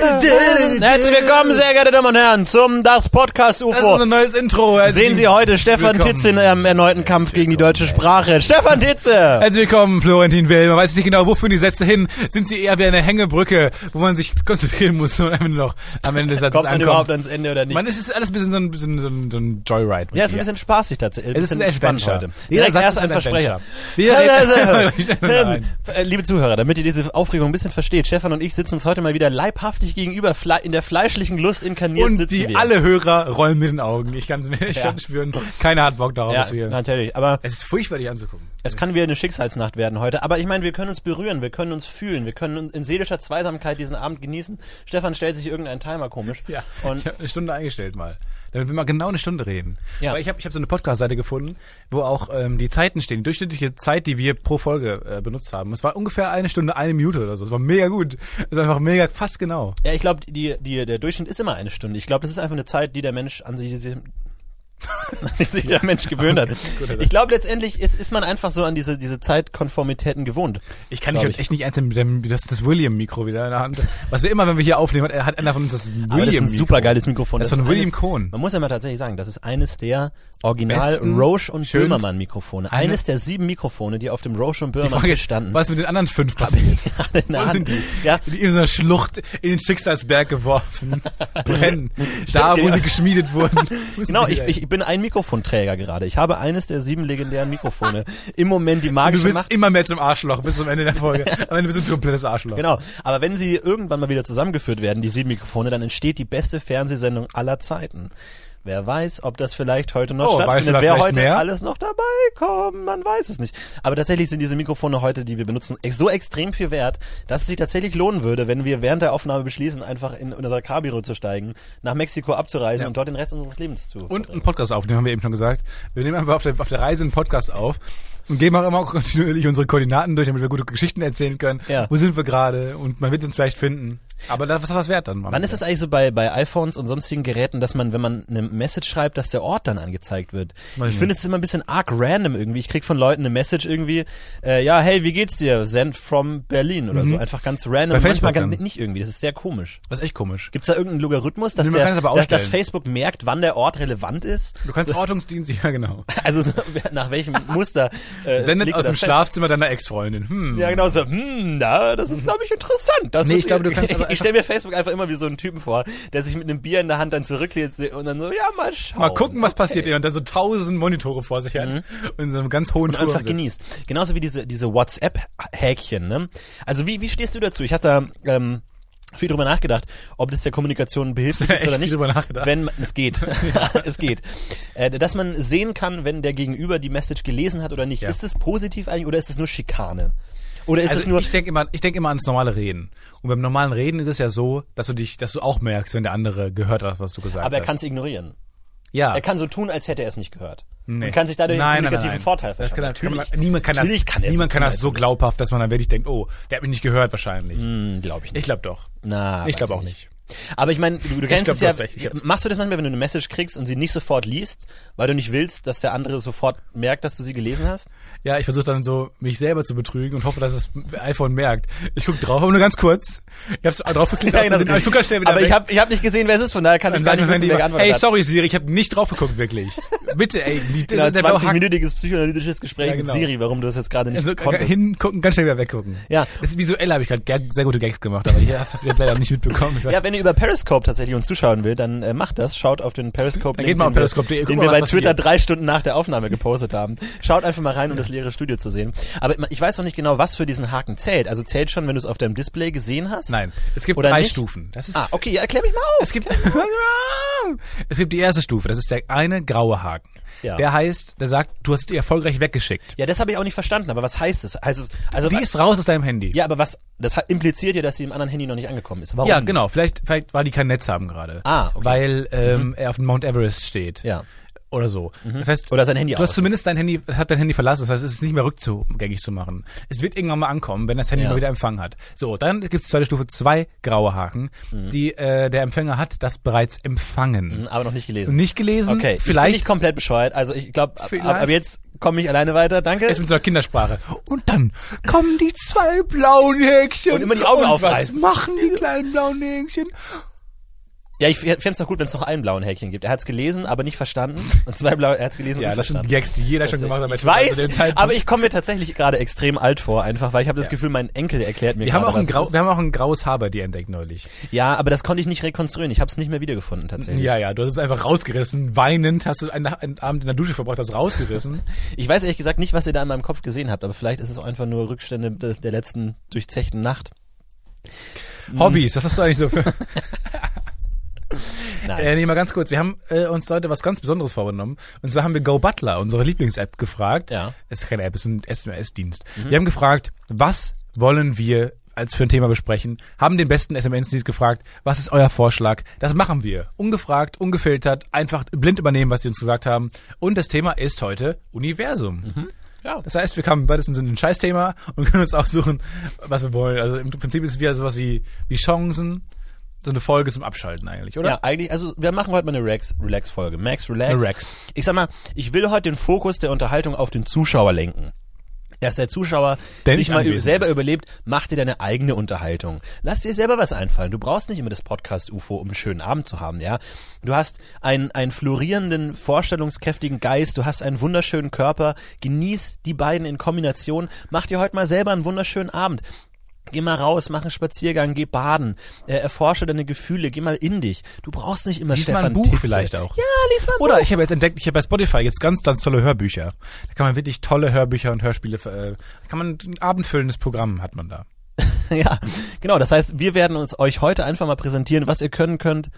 Herzlich willkommen, sehr geehrte Damen und Herren, zum Das Podcast Das ist UFO. ein neues Intro. Herzlich- Sehen Sie heute Stefan äh, Willkommen. Titze in einem erneuten Kampf gegen die deutsche Sprache. Stefan Titze! Herzlich willkommen, Florentin Will. Man weiß nicht genau, wo führen die Sätze hin. Sind sie eher wie eine Hängebrücke, wo man sich konzentrieren muss und am Ende noch am Ende des Satzes Kommt man überhaupt ankommt. ans Ende oder nicht? Man, es ist alles ein bisschen so ein, bisschen so ein, so ein Joyride. mit Ja, ist ein dir. bisschen spaßig tatsächlich. Es ist ein entspannt Adventure. heute. Jeder Direkt Satz erst ist ein ein Versprecher. Jeder redet- Also, Jeder redet rein. äh, Liebe Zuhörer, damit ihr diese Aufregung ein bisschen versteht, Stefan und ich sitzen uns heute mal wieder leibhaftig gegenüber, fle- in der fleischlichen Lust inkarniert Und sitzen die wir. alle Hörer rollen mit den Augen. Ich kann es mir ich Ja. kann's spüren. Keiner hat Bock darauf, Ja, dass wir. natürlich. Aber Es ist furchtbar, dich anzugucken. es kann wieder eine Schicksalsnacht werden heute. Aber ich meine, wir können uns berühren, wir können uns fühlen, wir können uns in seelischer Zweisamkeit diesen Abend genießen. Stefan stellt sich irgendeinen Timer komisch. Ja, Und ich habe eine Stunde eingestellt mal. Damit wir mal genau eine Stunde reden. Ja. Ja. Weil ich habe ich hab so eine Podcast-Seite gefunden, wo auch ähm, die Zeiten stehen, die durchschnittliche Zeit, die wir pro Folge äh, benutzt haben. Es war ungefähr eine Stunde, eine Minute oder so. Es war mega gut. Es war einfach mega, fast genau. ja, ich glaube, die, die, der Durchschnitt ist immer eine Stunde. Ich glaube, das ist einfach eine Zeit, die der Mensch an sich, sich- an die sich der Mensch gewöhnt hat. Ich glaube, letztendlich ist, ist man einfach so an diese, diese Zeitkonformitäten gewohnt. Ich kann Glaub mich ich. heute echt nicht einzeln mit dem das, das William-Mikro wieder in der Hand. Was wir immer, wenn wir hier aufnehmen, hat, hat einer von uns das Aber das ist ein William-Mikro. super geiles Mikrofon. Das ist von William eines, Cohn. Man muss ja mal tatsächlich sagen, das ist eines der Original Besten, Roche und schönsten- Böhmermann Mikrofone. Eine- Eines der sieben Mikrofone, die auf dem Roche und Die Böhmermann Frage ist, standen. was mit den anderen fünf passiert. gerade in der Wo Hand. sind die? Ja. Die in so einer Schlucht in den Schicksalsberg geworfen. Brennen. da, wo genau. sie geschmiedet wurden. Müssen Genau, sie ich, weg. ich bin ein Mikrofonträger gerade. Ich habe eines der sieben legendären Mikrofone. Im Moment die Du magische bist Macht. immer mehr zum Arschloch bis zum Ende der Folge. Am Ende bist du ein komplettes Arschloch. Genau. Aber wenn sie irgendwann mal wieder zusammengeführt werden, die sieben Mikrofone, dann entsteht die beste Fernsehsendung aller Zeiten. Wer weiß, ob das vielleicht heute noch Oh, weißt du stattfindet, da wer vielleicht heute mehr? alles noch dabei kommt, man weiß es nicht. Aber tatsächlich sind diese Mikrofone heute, die wir benutzen, ex- so extrem viel wert, dass es sich tatsächlich lohnen würde, wenn wir während der Aufnahme beschließen, einfach in unser Cabiro zu steigen, nach Mexiko abzureisen Ja. und dort den Rest unseres Lebens zu. Und einen Podcast aufnehmen, haben wir eben schon gesagt. Wir nehmen einfach auf der, auf der Reise einen Podcast auf und geben auch immer kontinuierlich unsere Koordinaten durch, damit wir gute Geschichten erzählen können. Ja. Wo sind wir gerade? Und man wird uns vielleicht finden. Aber das, was hat das wert dann? Wann ist es eigentlich so bei, bei iPhones und sonstigen Geräten, dass man, wenn man eine Message schreibt, dass der Ort dann angezeigt wird? Weiß ich finde, es ist immer ein bisschen arg random irgendwie. Ich krieg von Leuten eine Message irgendwie, äh, ja, hey, wie geht's dir? Send from Berlin oder so. Einfach ganz random. Mhm. Bei Facebook Manchmal ganz, dann. nicht irgendwie. Das ist sehr komisch. Das ist echt komisch. Gibt's da irgendeinen Logarithmus, dass, Nee, man der, kann es aber dass, dass ausstellen. Facebook merkt, wann der Ort relevant ist? Du kannst Ortungsdienst, ja genau. Also so, nach welchem Muster äh, Sendet liegt aus das dem fest? Schlafzimmer deiner Ex-Freundin. Hm. Mhm. Ja, genau so. Hm, da, das ist, glaube ich, interessant. Das Nee, wird- ich glaube, du kannst aber Ich stelle mir Facebook einfach immer wie so einen Typen vor, der sich mit einem Bier in der Hand dann zurücklehnt und dann so, ja, mal schauen. Mal gucken, was passiert. Und da so tausend Monitore vor sich hat. Und in so einem ganz hohen Mhm. Und einfach Turm sitzt. genießt. Genauso wie diese, diese WhatsApp-Häkchen, ne? Also wie, wie stehst du dazu? Ich hatte da ähm, viel drüber nachgedacht, ob das der Kommunikation behilflich Ja, ist oder echt viel nicht. drüber nachgedacht. Wenn man- es geht. es geht. Äh, dass man sehen kann, wenn der Gegenüber die Message gelesen hat oder nicht. Ja. Ist es positiv eigentlich oder ist es nur Schikane? Oder ist es Also nur ich denke immer, ich denke immer ans normale Reden. Und beim normalen Reden ist es ja so, dass du dich, dass du auch merkst, wenn der andere gehört hat, was du gesagt hast. aber er kann es ignorieren. ja. Er kann so tun, als hätte er es nicht gehört. Nee. Und kann sich dadurch einen negativen Vorteil das kann, verschaffen. natürlich, kann man, niemand kann natürlich das, kann er niemand so kann tun, das so als- glaubhaft, dass man dann wirklich denkt, oh, der hat mich nicht gehört wahrscheinlich. Mhm. Glaube Hm, ich nicht. Ich glaube doch. Na, ich weiß glaube auch nicht. Aber ich meine, du, du kennst glaub, es du ja. hast recht. Ich hab- Machst du das manchmal, wenn du eine Message kriegst und sie nicht sofort liest, weil du nicht willst, dass der andere sofort merkt, dass du sie gelesen hast? Ja, ich versuche dann so, mich selber zu betrügen und hoffe, dass das iPhone merkt. Ich gucke drauf, aber nur ganz kurz. Ich hab's drauf geklickt, aus Versehen, aber genau. ich guck ganz schnell wieder genau. Aber weg. ich habe ich hab nicht gesehen, wer es ist, von daher kann dann ich gar sagt nicht wissen, mein Handy wer immer, geantwortet ey, hat. sorry Siri, ich habe nicht drauf geguckt, wirklich. Bitte, ey. Die, Genau, der Bauhack- 20-minütiges psychoanalytisches Gespräch Ja, genau. mit Siri, warum du das jetzt gerade nicht Also konntest. hingucken, ganz schnell wieder weggucken. Ja. Das ist visuell habe ich gerade sehr gute Gags gemacht, aber ihr habt ihr leider nicht mitbekommen. Ich weiß, Ja, wenn ihr über Periscope tatsächlich uns zuschauen will, dann äh, macht das. Schaut auf den Periscope, Dann geht mal auf den, periscope.de, wir, guck den mal, wir was bei passiert. Twitter drei Stunden nach der Aufnahme gepostet haben. Schaut einfach mal rein, um das leere Studio zu sehen. Aber ich weiß noch nicht genau, was für diesen Haken zählt. Also zählt schon, wenn du es auf deinem Display gesehen hast? Nein, es gibt Oder drei nicht? Stufen. Das ist Ah, okay, ja, erklär mich mal auf. Es gibt Es gibt die erste Stufe, das ist der eine graue Haken. Ja. Der heißt, der sagt, du hast die erfolgreich weggeschickt. Ja, das habe ich auch nicht verstanden, aber was heißt es? Heißt es also Die wa- ist raus aus deinem Handy. Ja, aber was das ha- impliziert ja, dass sie im anderen Handy noch nicht angekommen ist. Warum? Ja, genau. Vielleicht, vielleicht war die kein Netz haben gerade. Ah, okay. Mhm. Weil ähm, er auf dem Mount Everest steht. Ja. Oder so. Das heißt, Mhm. Oder sein Handy du aus hast ist. zumindest dein Handy, es hat dein Handy verlassen. Das heißt, es ist nicht mehr rückgängig zu machen. Es wird irgendwann mal ankommen, wenn das Handy Ja. mal wieder Empfang hat. So, dann gibt es zweite Stufe, zwei graue Haken, Mhm. die äh, der Empfänger hat, das bereits empfangen. Hm, Aber noch nicht gelesen. Nicht gelesen, Mhm. Okay, ich bin vielleicht nicht komplett bescheuert. Also ich glaube, ab, Vielleicht- ab jetzt Komm ich alleine weiter, danke. Jetzt mit so einer Kindersprache. Und dann kommen die zwei blauen Häkchen. Und immer die Augen und aufreißen. Was machen die kleinen blauen Häkchen? Ja, ich fände es doch gut, wenn es noch einen blauen Häkchen gibt. Er hat es gelesen, aber nicht verstanden. Und zwei blaue, er hat es gelesen Ja, und das nicht sind verstanden. Gags, die jeder schon gemacht hat. ich aber zu dem weiß, Zeitpunkt- aber ich komme mir tatsächlich gerade extrem alt vor, einfach, weil ich habe das Gefühl, mein Enkel erklärt mir wir haben, gerade, auch ein was grau, es wir haben auch ein graues Haar bei dir entdeckt neulich. ist. Ja, aber das konnte ich nicht rekonstruieren. Ich habe es nicht mehr wiedergefunden tatsächlich. Ja, ja, du hast es einfach rausgerissen. Weinend hast du einen, einen Abend in der Dusche verbracht, hast rausgerissen. Ich weiß ehrlich gesagt nicht, was ihr da in meinem Kopf gesehen habt, aber vielleicht ist es auch einfach nur Rückstände de- der letzten durchzechten Nacht. Hobbys, was hast du eigentlich so für... Nein. Äh, nee, mal ganz kurz. Wir haben äh, uns heute was ganz Besonderes vorgenommen. Und zwar haben wir Go Butler, unsere Lieblings-App, gefragt. Ja. Mhm. Es ist keine App, es ist ein SMS-Dienst. Wir haben gefragt, was wollen wir als für ein Thema besprechen? Haben den besten SMS-Dienst gefragt, was ist euer Vorschlag? Das machen wir. Ungefragt, ungefiltert, einfach blind übernehmen, was die uns gesagt haben. Und das Thema ist heute Universum. Mhm. ja. Das heißt, wir kamen im weitesten Sinne ein Scheißthema und können uns aussuchen, was wir wollen. Also im Prinzip ist es wieder sowas wie, wie Chancen, so eine Folge zum Abschalten eigentlich, oder? Ja, eigentlich, also wir machen heute mal eine Rex- Relax-Folge. Max Relax. Eine Rex. Ich sag mal, ich will heute den Fokus der Unterhaltung auf den Zuschauer lenken. Dass der Zuschauer Der sich nicht mal über, anwesend selber ist. überlebt, mach dir deine eigene Unterhaltung. Lass dir selber was einfallen. Du brauchst nicht immer das Podcast-UFO, um einen schönen Abend zu haben, ja. Du hast einen, einen florierenden, vorstellungskräftigen Geist, du hast einen wunderschönen Körper. Genieß die beiden in Kombination. Mach dir heute mal selber einen wunderschönen Abend. Geh mal raus, mach einen Spaziergang, geh baden, äh, erforsche deine Gefühle, geh mal in dich. Du brauchst nicht immer Lies mal Stefan ein Buch Titze. vielleicht auch. Ja, lies mal ein Oder ich habe jetzt entdeckt, ich habe bei Spotify jetzt ganz, ganz tolle Hörbücher. Da kann man wirklich tolle Hörbücher und Hörspiele, ver- äh, kann man ein abendfüllendes Programm hat man da. Ja, genau. Das heißt, wir werden uns euch heute einfach mal präsentieren, was ihr können könnt,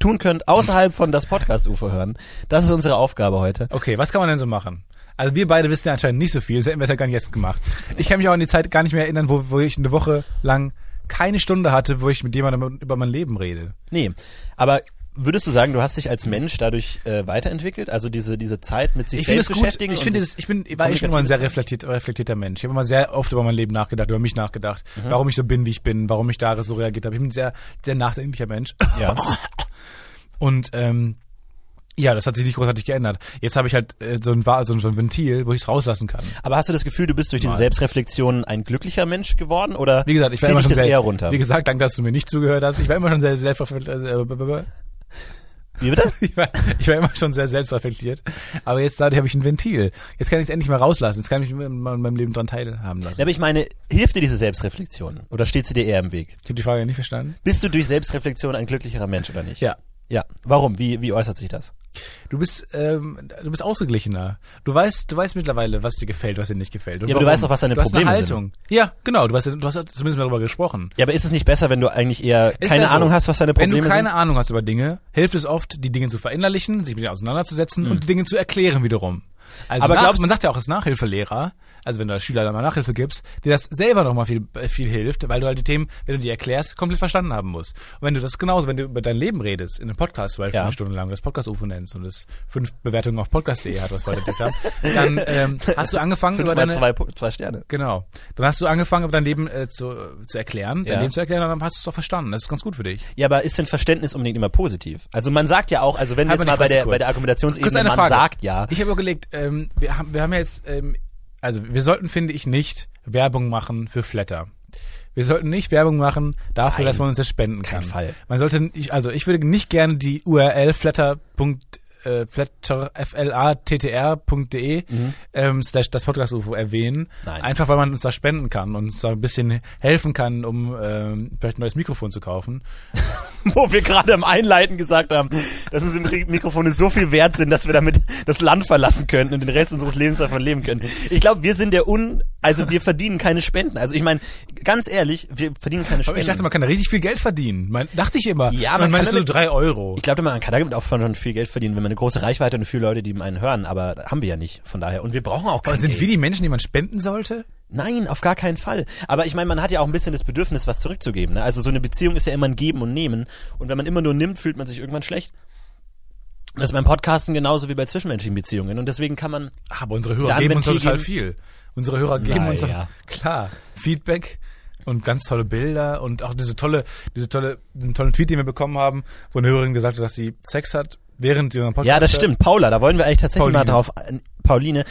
tun könnt, außerhalb von das Podcast-UFO hören. Das ist unsere Aufgabe heute. Okay, was kann man denn so machen? Also wir beide wissen ja anscheinend nicht so viel, sonst hätten wir es ja gar nicht jetzt gemacht. Ich kann mich auch an die Zeit gar nicht mehr erinnern, wo, wo ich eine Woche lang keine Stunde hatte, wo ich mit jemandem über mein Leben rede. Nee, aber würdest du sagen, du hast dich als Mensch dadurch äh, weiterentwickelt? Also diese, diese Zeit mit sich Ich finde selbst es gut. beschäftigen? Ich und finde sich- es, ich bin, weil ich bin immer ein kommunikative sehr reflektiert, reflektierter Mensch. Ich habe immer sehr oft über mein Leben nachgedacht, über mich nachgedacht, Mhm. warum ich so bin, wie ich bin, warum ich da so reagiert habe. Ich bin ein sehr, sehr nachdenklicher Mensch. Ja. Und ähm, ja, das hat sich nicht großartig geändert. Jetzt habe ich halt äh, so, ein, Wa- so ein so ein Ventil, wo ich es rauslassen kann. Aber hast du das Gefühl, du bist durch diese Selbstreflexion ein glücklicher Mensch geworden? Oder Wie gesagt, ich war zieh immer dich schon das sehr, eher runter? Wie gesagt, danke, dass du mir nicht zugehört hast. Ich war immer schon sehr, sehr, äh, b- b- b- Wie bitte? ich, war, ich war immer schon sehr selbstreflektiert. Aber jetzt dadurch habe ich ein Ventil. Jetzt kann ich es endlich mal rauslassen. Jetzt kann ich mich mal in meinem Leben dran teilhaben lassen. Ja, aber ich meine, hilft dir diese Selbstreflexion? Oder steht sie dir eher im Weg? Ich habe die Frage nicht verstanden. Bist du durch Selbstreflexion ein glücklicherer Mensch oder nicht? Ja. Ja. Warum? Wie, wie äußert sich das? Du bist, ähm, du bist ausgeglichener. Du weißt, du weißt mittlerweile, was dir gefällt, was dir nicht gefällt. Und Ja, aber du warum. weißt auch, was deine du hast Probleme eine sind. Haltung. Ja, genau. Du hast, du hast zumindest mal darüber gesprochen. Ja, aber ist es nicht besser, wenn du eigentlich eher Ist keine ja so. Ahnung hast, was deine Probleme Wenn du keine sind? Ahnung hast über Dinge, hilft es oft, die Dinge zu verinnerlichen, sich mit denen auseinanderzusetzen und die Dinge zu erklären wiederum. Also Hm. Aber nach, glaubst- man sagt ja auch als Nachhilfelehrer, also wenn du als Schüler dann mal Nachhilfe gibst, dir das selber nochmal viel, äh, viel hilft, weil du halt die Themen, wenn du die erklärst, komplett verstanden haben musst. Und wenn du das genauso, wenn du über dein Leben redest, in einem Podcast zum Beispiel Ja. eine Stunde lang, das Podcast-UFO nennst und es fünf Bewertungen auf podcast.de hat, was wir heute entdeckt haben, dann ähm, hast du angefangen über Fünfmal deine... zwei, Pu- zwei Sterne. Genau. Dann hast du angefangen, über dein Leben äh, zu, zu erklären, dein Ja. Leben zu erklären, und dann hast du es doch verstanden. Das ist ganz gut für dich. Ja, aber ist denn Verständnis unbedingt immer positiv? Also man sagt ja auch, also wenn wir Halt jetzt mal mal die bei Fresse der, kurz. bei der Kurz Argumentationebene, eine man Frage. sagt ja. Ich habe überlegt, ähm, wir, haben, wir haben ja jetzt, ähm, also wir sollten, finde ich, nicht Werbung machen für Flatter. Wir sollten nicht Werbung machen dafür, Nein. dass man uns das spenden kann. Fall. Man sollte, nicht- also ich würde nicht gerne die URL flatter.de äh, flatter, flattr.de ähm, slash das Podcast UFO erwähnen. Mhm. Nein. Einfach weil man uns da spenden kann und uns da ein bisschen helfen kann, um ähm, vielleicht ein neues Mikrofon zu kaufen. Wo wir gerade am Einleiten gesagt haben, dass unsere Mik- Mikrofone so viel wert sind, dass wir damit das Land verlassen können und den Rest unseres Lebens davon leben können. Ich glaube, wir sind der un, also wir verdienen keine Spenden. Also ich meine, ganz ehrlich, wir verdienen keine Aber Spenden. ich dachte, man kann da richtig viel Geld verdienen. Man, dachte ich immer. Ähm. Ja, man, man meinte kann so damit- drei Euro. Ich glaube, man kann damit auch schon viel Geld verdienen, wenn man eine große Reichweite und viele Leute, die einen hören, aber haben wir ja nicht, von daher. Und wir brauchen auch kein Aber sind Geld. wir die Menschen, die man spenden sollte? Nein, auf gar keinen Fall. Aber ich meine, man hat ja auch ein bisschen das Bedürfnis, was zurückzugeben. Ne? Also so eine Beziehung ist ja immer ein Geben und Nehmen. Und wenn man immer nur nimmt, fühlt man sich irgendwann schlecht. Das ist beim Podcasten genauso wie bei zwischenmenschlichen Beziehungen. Und deswegen kann man, Ach, Ah, aber unsere Hörer Dann, geben wenn uns doch die total geben- viel. Unsere Hörer geben uns doch, ja. klar, Feedback und ganz tolle Bilder und auch diese tolle, diese tolle, einen tollen Tweet, den wir bekommen haben, wo eine Hörerin gesagt hat, dass sie Sex hat während sie unseren Podcast Ja, das stimmt. Paula, da wollen wir eigentlich tatsächlich mal Äh, Pauline. drauf. äh, Pauline,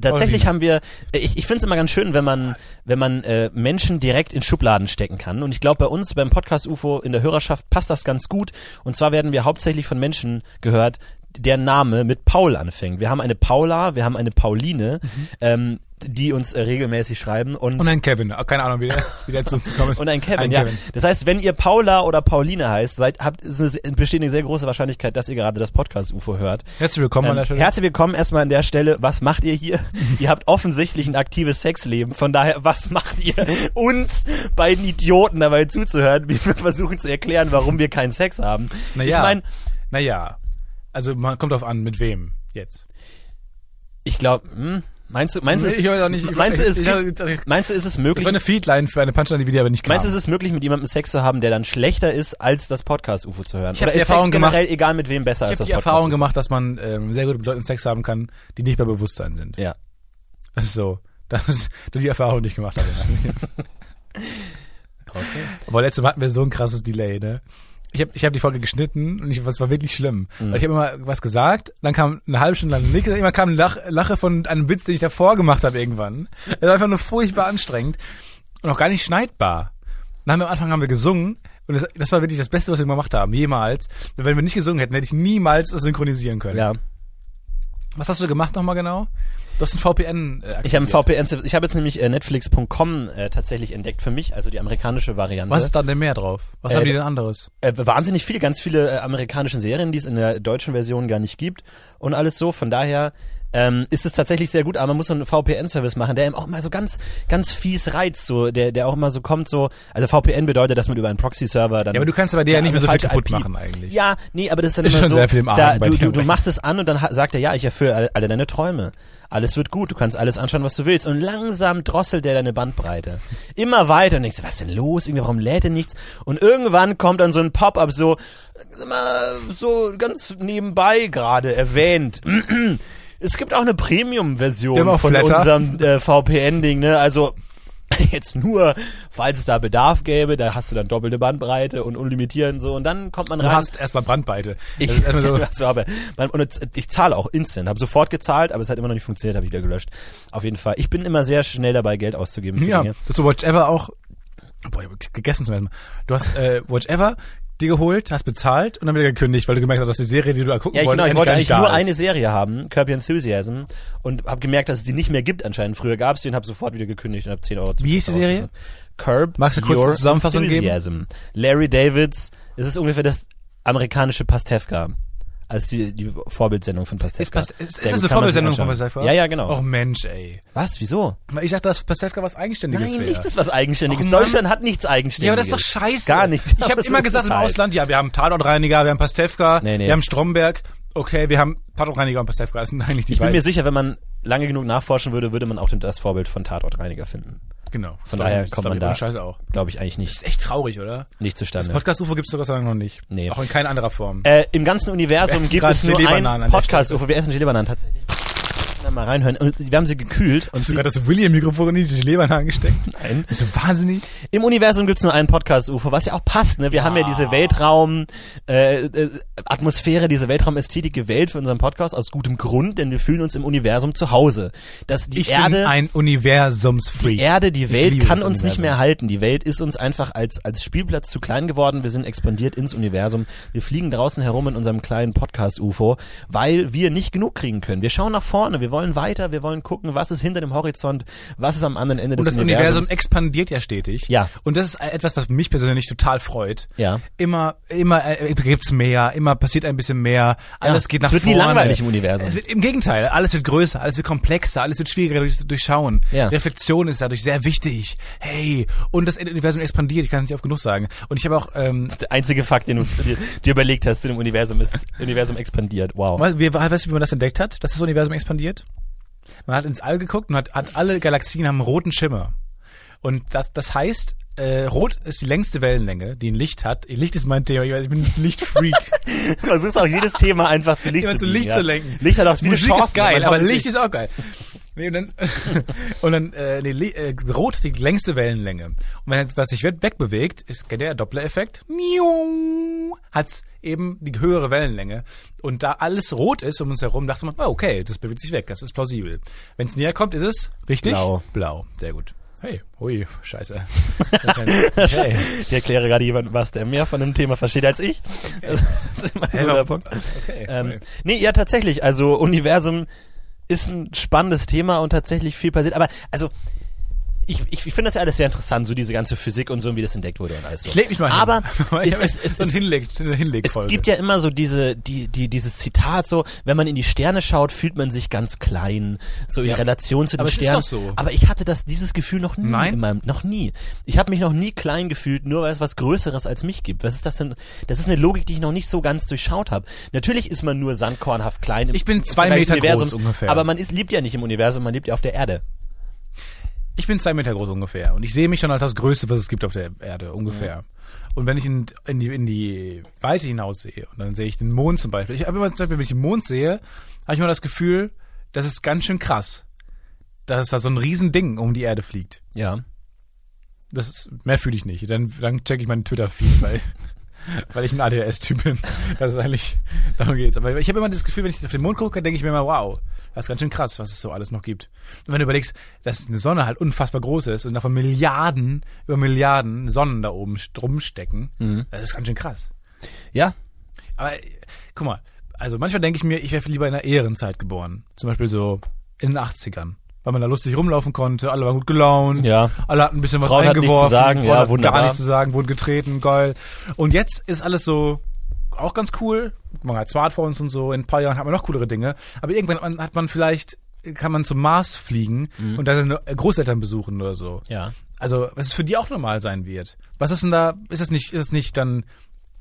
tatsächlich Pauline. haben wir. äh, Ich, ich finde es immer ganz schön, wenn man, wenn man äh, Menschen direkt in Schubladen stecken kann. Und ich glaube, bei uns beim Podcast UFO in der Hörerschaft passt das ganz gut. Und zwar werden wir hauptsächlich von Menschen gehört, deren Name mit Paul anfängt. Wir haben eine Paula, wir haben eine Pauline, ähm, die uns äh, regelmäßig schreiben und Und ein Kevin. Ah, Keine Ahnung, wie der, wie der zu uns gekommen ist. und ein Kevin, ja. Das heißt, wenn ihr Paula oder Pauline heißt, seid, habt, ist eine, se- besteht eine sehr große Wahrscheinlichkeit, dass ihr gerade das Podcast-UFO hört. Herzlich willkommen an der Ähm, Stelle. herzlich willkommen erstmal an der Stelle. Was macht ihr hier? ihr habt offensichtlich ein aktives Sexleben. Von daher, was macht ihr uns beiden Idioten dabei zuzuhören, wie wir versuchen zu erklären, warum wir keinen Sex haben? Naja. Ich meine, naja. Also, man kommt drauf an, mit wem jetzt. ich glaube, hm, meinst du, meinst du, Nee, ich weiß auch nicht, ich- meinst du, es ich- gibt- ich- ich- meinst du, ist es Das möglich? war eine Feedline für eine Punchline, die wieder aber nicht kam. Meinst du, ist es möglich, mit jemandem Sex zu haben, der dann schlechter ist, als das Podcast-UFO zu hören? Ich hab Oder die ist Erfahrung Sex gemacht- generell egal mit wem besser als ich habe das die Podcast-UFO? Erfahrung gemacht, dass man ähm, sehr gut mit Leuten Sex haben kann, die nicht bei Bewusstsein sind. Ja. Das ist so. Dass du die Erfahrung nicht gemacht hast. Okay. Aber letztes Mal hatten wir so ein krasses Delay, ne? Ich habe ich hab die Folge geschnitten und ich, das war wirklich schlimm. Mhm. Weil ich habe immer was gesagt, dann kam eine halbe Stunde lang nichts, immer kam eine Lach, Lache von einem Witz, den ich davor gemacht habe irgendwann. Das war einfach nur furchtbar anstrengend und auch gar nicht schneidbar. Dann haben wir am Anfang haben wir gesungen und das, das war wirklich das Beste, was wir gemacht haben, jemals. Und Wenn wir nicht gesungen hätten, hätte ich niemals das synchronisieren können. Ja. Was hast du gemacht nochmal genau? Du hast ein VPN äh, Ich habe ein aktiviert. VPN, -Service. ich habe jetzt nämlich äh, netflix.com äh, tatsächlich entdeckt für mich, also die amerikanische Variante. Was ist da denn mehr drauf? Was Äh, haben die denn anderes? Äh, wahnsinnig viel, ganz viele äh, amerikanische Serien, die es in der deutschen Version gar nicht gibt und alles so. Von daher ähm, ist es tatsächlich sehr gut, aber man muss so einen VPN-Service machen, der eben auch mal so ganz, ganz fies reizt, so, der, der auch immer so kommt, so, also VPN bedeutet, dass man über einen Proxy-Server dann. Ja, aber du kannst bei dir ja, nicht mehr so viel falsche kaputt IP. machen eigentlich. Ja, nee, aber das ist dann Ist immer schon so, sehr viel im Argen da, bei du, dir. du, du machst es an und dann ha- sagt er, ja, ich erfülle alle, alle deine Träume. Alles wird gut, du kannst alles anschauen, was du willst. Und langsam drosselt der deine Bandbreite. Immer weiter und denkst, was ist denn los? Irgendwie, warum lädt er nichts? Und irgendwann kommt dann so ein Pop-up so, sag mal, so ganz nebenbei gerade erwähnt. Es gibt auch eine Wir haben Premium-Version auch von Flatter. unserem äh, VPN-Ding, ne? Also jetzt nur, falls es da Bedarf gäbe, da hast du dann doppelte Bandbreite und unlimitiert und so. Und dann kommt man Du rein. hast erstmal Brandbeite. Ich, Also erstmal so, das war aber, man, und jetzt- ich zahle auch instant, habe sofort gezahlt, aber es hat immer noch nicht funktioniert, habe ich wieder gelöscht. Auf jeden Fall. Ich bin immer sehr schnell dabei, Geld auszugeben. für ja, Dinge. das so Whatever auch. Boah, ich hab ge- gegessen zum ersten Mal. Du hast äh, Whatever dir geholt, hast bezahlt und dann wieder gekündigt, weil du gemerkt hast, dass die Serie, die du da gucken ja, wolltest, genau. Ich eigentlich wollte eigentlich gar nicht nur da eine ist. Serie haben, Kirby Enthusiasm, und habe gemerkt, dass es die nicht mehr gibt anscheinend. Früher gab es die und habe sofort wieder gekündigt und habe 10 Euro Wie hieß die Serie? Curb Magst du kurz Your eine Zusammenfassung geben? Enthusiasm. Larry Davids, es ist ungefähr das amerikanische Pastewka. Als die, die Vorbildsendung von Pastewka. Ist, Past ist, Sehr gut, ist das eine kann man sich Vorbildssendung von anschauen. Pastewka? Ja, ja, genau. Oh Mensch, ey. Was? Wieso? Weil Ich dachte, dass Pastewka was Eigenständiges Nein, wäre. nichts ist was Eigenständiges. Och, Mann. Deutschland hat nichts Eigenständiges. ja, aber das ist doch scheiße. Gar nichts. Ich Aber habe so immer ist gesagt es im halt. Ausland, ja, wir haben Tatortreiniger, wir haben Pastewka, Nee, nee. wir haben Stromberg. Okay, wir haben Tatortreiniger und Pastewka. Das sind eigentlich die Ich bin mir beiden. sicher, wenn man lange genug nachforschen würde, würde man auch den- das Vorbild von Tatortreiniger finden. Genau. Von daher Das kommt glaub man ich da- ohne Scheiße auch. Glaube ich eigentlich Ist nicht, echt traurig, oder? nicht Das zustande. Podcast-UFO gibt's sogar noch nicht. Nee. Auch in keiner anderer Form. Äh, Im ganzen Universum Wir essen gibt gerade es nur Gelee-Bananen an einen der Podcast, wo wir essen Gelee-Bananen tatsächlich. Na, Mal reinhören. Und Wir haben sie gekühlt und Hast du sie, gerade das William-Mikrofon in die Leber angesteckt? Nein. Bist du wahnsinnig? im Universum gibt es nur einen Podcast-UFO, was ja auch passt. Ne? Wir haben ja Ah. diese Weltraum äh, äh, Atmosphäre, diese Weltraumästhetik gewählt für unseren Podcast aus gutem Grund, denn wir fühlen uns im Universum zu Hause. Dass die Ich Erde bin ein Universumsfreak. Die Erde, die Welt liebe kann das uns nicht Universum. mehr halten. Die Welt ist uns einfach als, als Spielplatz zu klein geworden. Wir sind expandiert ins Universum. Wir fliegen draußen herum in unserem kleinen Podcast-UFO, weil wir nicht genug kriegen können. Wir schauen nach vorne, wir wollen weiter, wir wollen gucken, was ist hinter dem Horizont, was ist am anderen Ende Und des das Universums. Universum expandiert ja stetig. Ja. Und das ist etwas, was mich persönlich total freut. Ja. Immer, immer äh, gibt's mehr, immer passiert ein bisschen mehr, alles Ja, geht es nach wird nie vorne. langweilig im Universum. Es wird, Im Gegenteil, alles wird größer, alles wird komplexer, alles wird schwieriger durch, zu durchschauen. Ja. Reflexion ist dadurch sehr wichtig. Hey, und das Universum expandiert, ich kann es nicht oft genug sagen. Und ich habe auch ähm, Der einzige Fakt, den du dir, dir überlegt hast zu dem Universum, ist das Universum expandiert. Wow. Weißt, du, wie, weißt du, wie man das entdeckt hat, dass das Universum expandiert? Man hat ins All geguckt und hat, hat alle Galaxien haben einen roten Schimmer. Und das, das heißt, äh, rot ist die längste Wellenlänge, die ein Licht hat. Licht ist mein Thema, ich, weiß, ich bin ein Lichtfreak. Du versuchst auch jedes Thema einfach zu Licht, Immer zu, zu biegen, Licht ja. zu lenken. Licht hat auch viele Musik Chancen. ist geil, man aber kommt Licht ist auch geil. Nee, und dann, und dann äh, nee, li- äh, rot die längste Wellenlänge. Und wenn jetzt was sich we- wegbewegt, ist, kennt ihr der Doppler-Effekt? Miau. hat's eben die höhere Wellenlänge. Und da alles rot ist um uns herum, dachte man, oh, okay, das bewegt sich weg, das ist plausibel. Wenn es näher kommt, ist es richtig? Blau. Blau, sehr gut. Hey, hui, scheiße. Hey. Ich erkläre gerade jemandem was, der mehr von dem Thema versteht als ich. Das ist mein guter Punkt. Okay, Ähm, nee, ja, tatsächlich. Also, Universum ist ein spannendes Thema und tatsächlich viel passiert. Aber, also, ich, ich, ich finde das ja alles sehr interessant, so diese ganze Physik und so, und wie das entdeckt wurde und alles so. Ich leg mich mal hin. Aber Weil ich es, hab es, es, so ein es, Hinleg, eine es Hinlegfolge. gibt ja immer so diese, die, die, dieses Zitat so, wenn man in die Sterne schaut, fühlt man sich ganz klein, so in Ja. Relation zu den Aber es ist Sternen. doch so. Aber ich hatte das, dieses Gefühl noch nie Nein? in meinem, noch nie. Ich habe mich noch nie klein gefühlt, nur weil es was Größeres als mich gibt. Was ist das denn? Das ist eine Logik, die ich noch nicht so ganz durchschaut habe. Natürlich ist man nur sandkornhaft klein im Ich bin zwei Vergleich des Meter groß Universums, ungefähr. Aber man ist, lebt ja nicht im Universum, man lebt ja auf der Erde. Ich bin zwei Meter groß ungefähr und ich sehe mich schon als das Größte, was es gibt auf der Erde ungefähr. Und wenn ich in, in, die, in die Weite hinaus sehe und dann sehe ich den Mond zum Beispiel. Ich habe immer zum Beispiel, wenn ich den Mond sehe, habe ich immer das Gefühl, das ist ganz schön krass, dass da so ein Riesending um die Erde fliegt. Ja. Das ist, mehr fühle ich nicht. Dann, dann checke ich meinen Twitter-Feed, weil, weil ich ein ADHS-Typ bin. Das ist eigentlich, darum geht's. Aber ich habe immer das Gefühl, wenn ich auf den Mond gucke, denke ich mir immer, wow, das ist ganz schön krass, was es so alles noch gibt. Und wenn du überlegst, dass eine Sonne halt unfassbar groß ist und davon Milliarden über Milliarden Sonnen da oben st- rumstecken, das ist ganz schön krass. Ja. Aber äh, guck mal, also manchmal denke ich mir, ich wäre lieber in einer Ehrenzeit geboren. Zum Beispiel so in den 80ern. Weil man da lustig rumlaufen konnte, alle waren gut gelaunt, Ja. alle hatten ein bisschen was Frauen hatten nichts eingeworfen, zu sagen, Frauen ja, hatten wunderbar. gar nichts zu sagen, wurden getreten, geil. Und jetzt ist alles so auch ganz cool. Man hat Smartphones und so, in ein paar Jahren hat man noch coolere Dinge. Aber irgendwann hat man, hat man vielleicht, kann man zum Mars fliegen und da seine Großeltern besuchen oder so. Mhm. Ja. Also, was es für die auch normal sein wird. Was ist denn da, ist es nicht, ist es nicht dann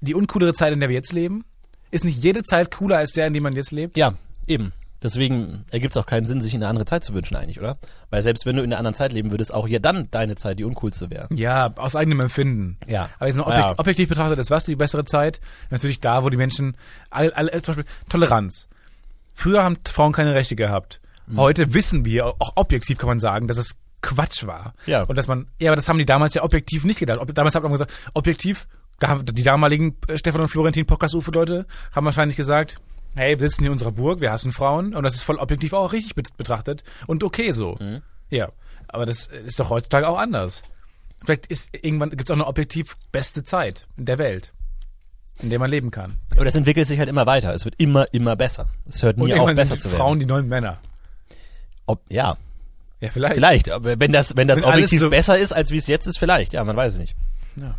die uncoolere Zeit, in der wir jetzt leben? Ist nicht jede Zeit cooler als der, in der man jetzt lebt? Ja, eben. Deswegen ergibt es auch keinen Sinn, sich in eine andere Zeit zu wünschen eigentlich, oder? Weil selbst wenn du in einer anderen Zeit leben würdest, auch hier dann deine Zeit die uncoolste wäre. Ja, aus eigenem Empfinden. Ja. Aber jetzt mal Ja. objektiv, objektiv betrachtet, ist was die bessere Zeit? Natürlich da, wo die Menschen, all, all, äh, zum Beispiel Toleranz. Früher haben Frauen keine Rechte gehabt. Mhm. Heute wissen wir, auch objektiv kann man sagen, dass es Quatsch war. Ja. Und dass man, ja, aber das haben die damals ja objektiv nicht gedacht. Ob, damals hat man gesagt, objektiv, da haben die damaligen äh, Stefan und Florentin Podcast-Ufe-Leute haben wahrscheinlich gesagt, hey, wir sitzen hier in unserer Burg, wir hassen Frauen und das ist voll objektiv auch richtig bet- betrachtet und okay so. Mhm. Ja. Aber das ist doch heutzutage auch anders. Vielleicht ist irgendwann gibt es auch eine objektiv beste Zeit in der Welt, in der man leben kann. Und es entwickelt sich halt immer weiter. Es wird immer, immer besser. Es hört Und nie auf, irgendwann besser sind zu werden. Frauen die neuen Männer. Ob, ja, Ja, vielleicht. vielleicht. Aber wenn das, wenn das Wenn alles objektiv so- besser ist, als wie es jetzt ist, vielleicht. Ja, man weiß es nicht. Ja.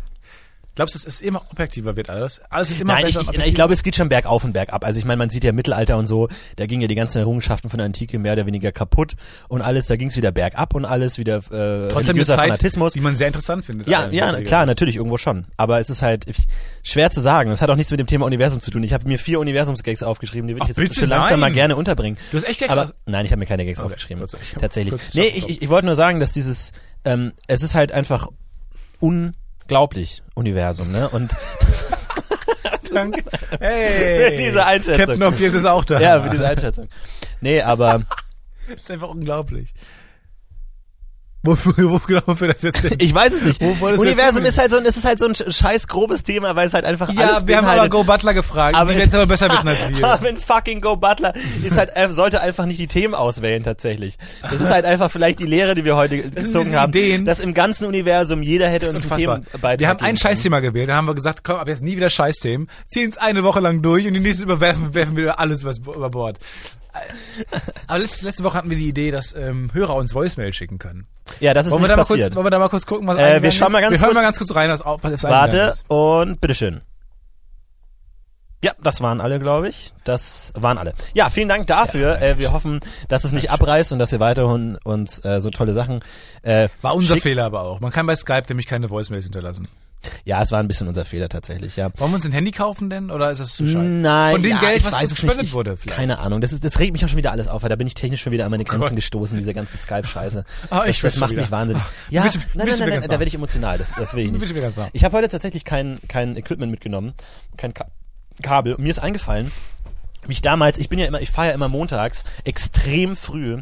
Glaubst du, dass es immer objektiver wird alles? Alles wird immer Nein, ich, besser. und ich, objektiver? ich glaube, es geht schon bergauf und bergab. Also ich meine, man sieht ja Mittelalter und so, da gingen ja die ganzen Errungenschaften von der Antike mehr oder weniger kaputt und alles, da ging es wieder bergab und alles, wieder äh, trotzdem ist religiöser Zeit, Fanatismus. die man sehr interessant findet. Ja, Also, ja, deswegen. klar, natürlich, irgendwo schon. Aber es ist halt ich, schwer zu sagen. Das hat auch nichts mit dem Thema Universum zu tun. Ich habe mir vier Universumsgags aufgeschrieben, die würde ich Ach, jetzt bitte, bitte, langsam nein. mal gerne unterbringen. Du hast echt Gags Aber auf- nein, ich habe mir keine Gags aufgeschrieben. kurz, ich hab tatsächlich. kurz- Nee, stopp, also ich, stopp. ich, ich wollte nur sagen, dass dieses, ähm, es ist halt einfach unglaublich Universum, ne? Und Danke. Hey. Mit dieser Einschätzung. Captain Obvious ist auch da. ja, mit dieser Einschätzung. Nee, aber Das ist einfach unglaublich. Wofür, wofür glauben wir das jetzt hin? ich weiß es nicht. Wo wolltest du jetzt Universum hin? ist halt so ein, es ist halt so ein scheiß grobes Thema, weil es halt einfach alles Ja, wir haben beinhaltet. aber Go Butler gefragt. Aber die es- werden es aber besser wissen als wir. Marvin fucking Go Butler ist halt, er sollte einfach nicht die Themen auswählen tatsächlich. Das ist halt einfach vielleicht die Lehre, die wir heute gezogen diese haben, Ideen. dass im ganzen Universum jeder hätte uns ein Unfassbar. Thema beitragen. Wir haben ein Scheißthema gewählt, dann haben wir gesagt, komm, ab jetzt nie wieder Scheißthemen, ziehen es eine Woche lang durch und die nächste überwerfen werfen wir alles was bo- über Bord. Äh, Aber letzte, letzte Woche hatten wir die Idee, dass ähm, Hörer uns Voicemail schicken können. Ja, das ist Wollen wir, nicht da mal kurz, passiert. wollen wir da mal kurz gucken, Äh, was wir eingegangen schauen ist? mal ganz wir hören kurz- mal ganz kurz rein, was, au- was eingegangen Warte ist. und bitteschön. Ja, das waren alle, glaube ich. Das waren alle. Ja, vielen Dank dafür. äh, wir hoffen, dass es nicht abreißt und dass ihr weiterhin uns äh, so tolle Sachen. Äh, War unser schickt. Fehler aber auch. Man kann bei Skype nämlich keine Voicemails hinterlassen. Ja, es war ein bisschen unser Fehler tatsächlich. Ja. Wollen wir uns ein Handy kaufen denn oder ist das zu scheiße? Nein, Von dem ja, Geld, ich was weiß uns es gespendet nicht. Ich- wurde vielleicht. Oh Keine Ahnung, das, ist, das regt mich auch schon wieder alles auf, weil da bin ich technisch schon wieder an meine Grenzen Gott. gestoßen, diese ganze Skype-Scheiße. Ah, ich das das weiß macht schon mich wieder. wahnsinnig. Ja, willst du- nein, nein, willst du nein, mir nein, ganz da machen? werde ich emotional, das, das will ich Willst du mir ganz machen? nicht. Ich habe heute tatsächlich kein, kein Equipment mitgenommen, kein Ka Kabel. Und mir ist eingefallen, wie ich damals, ich bin ja immer, ich fahre ja immer montags extrem früh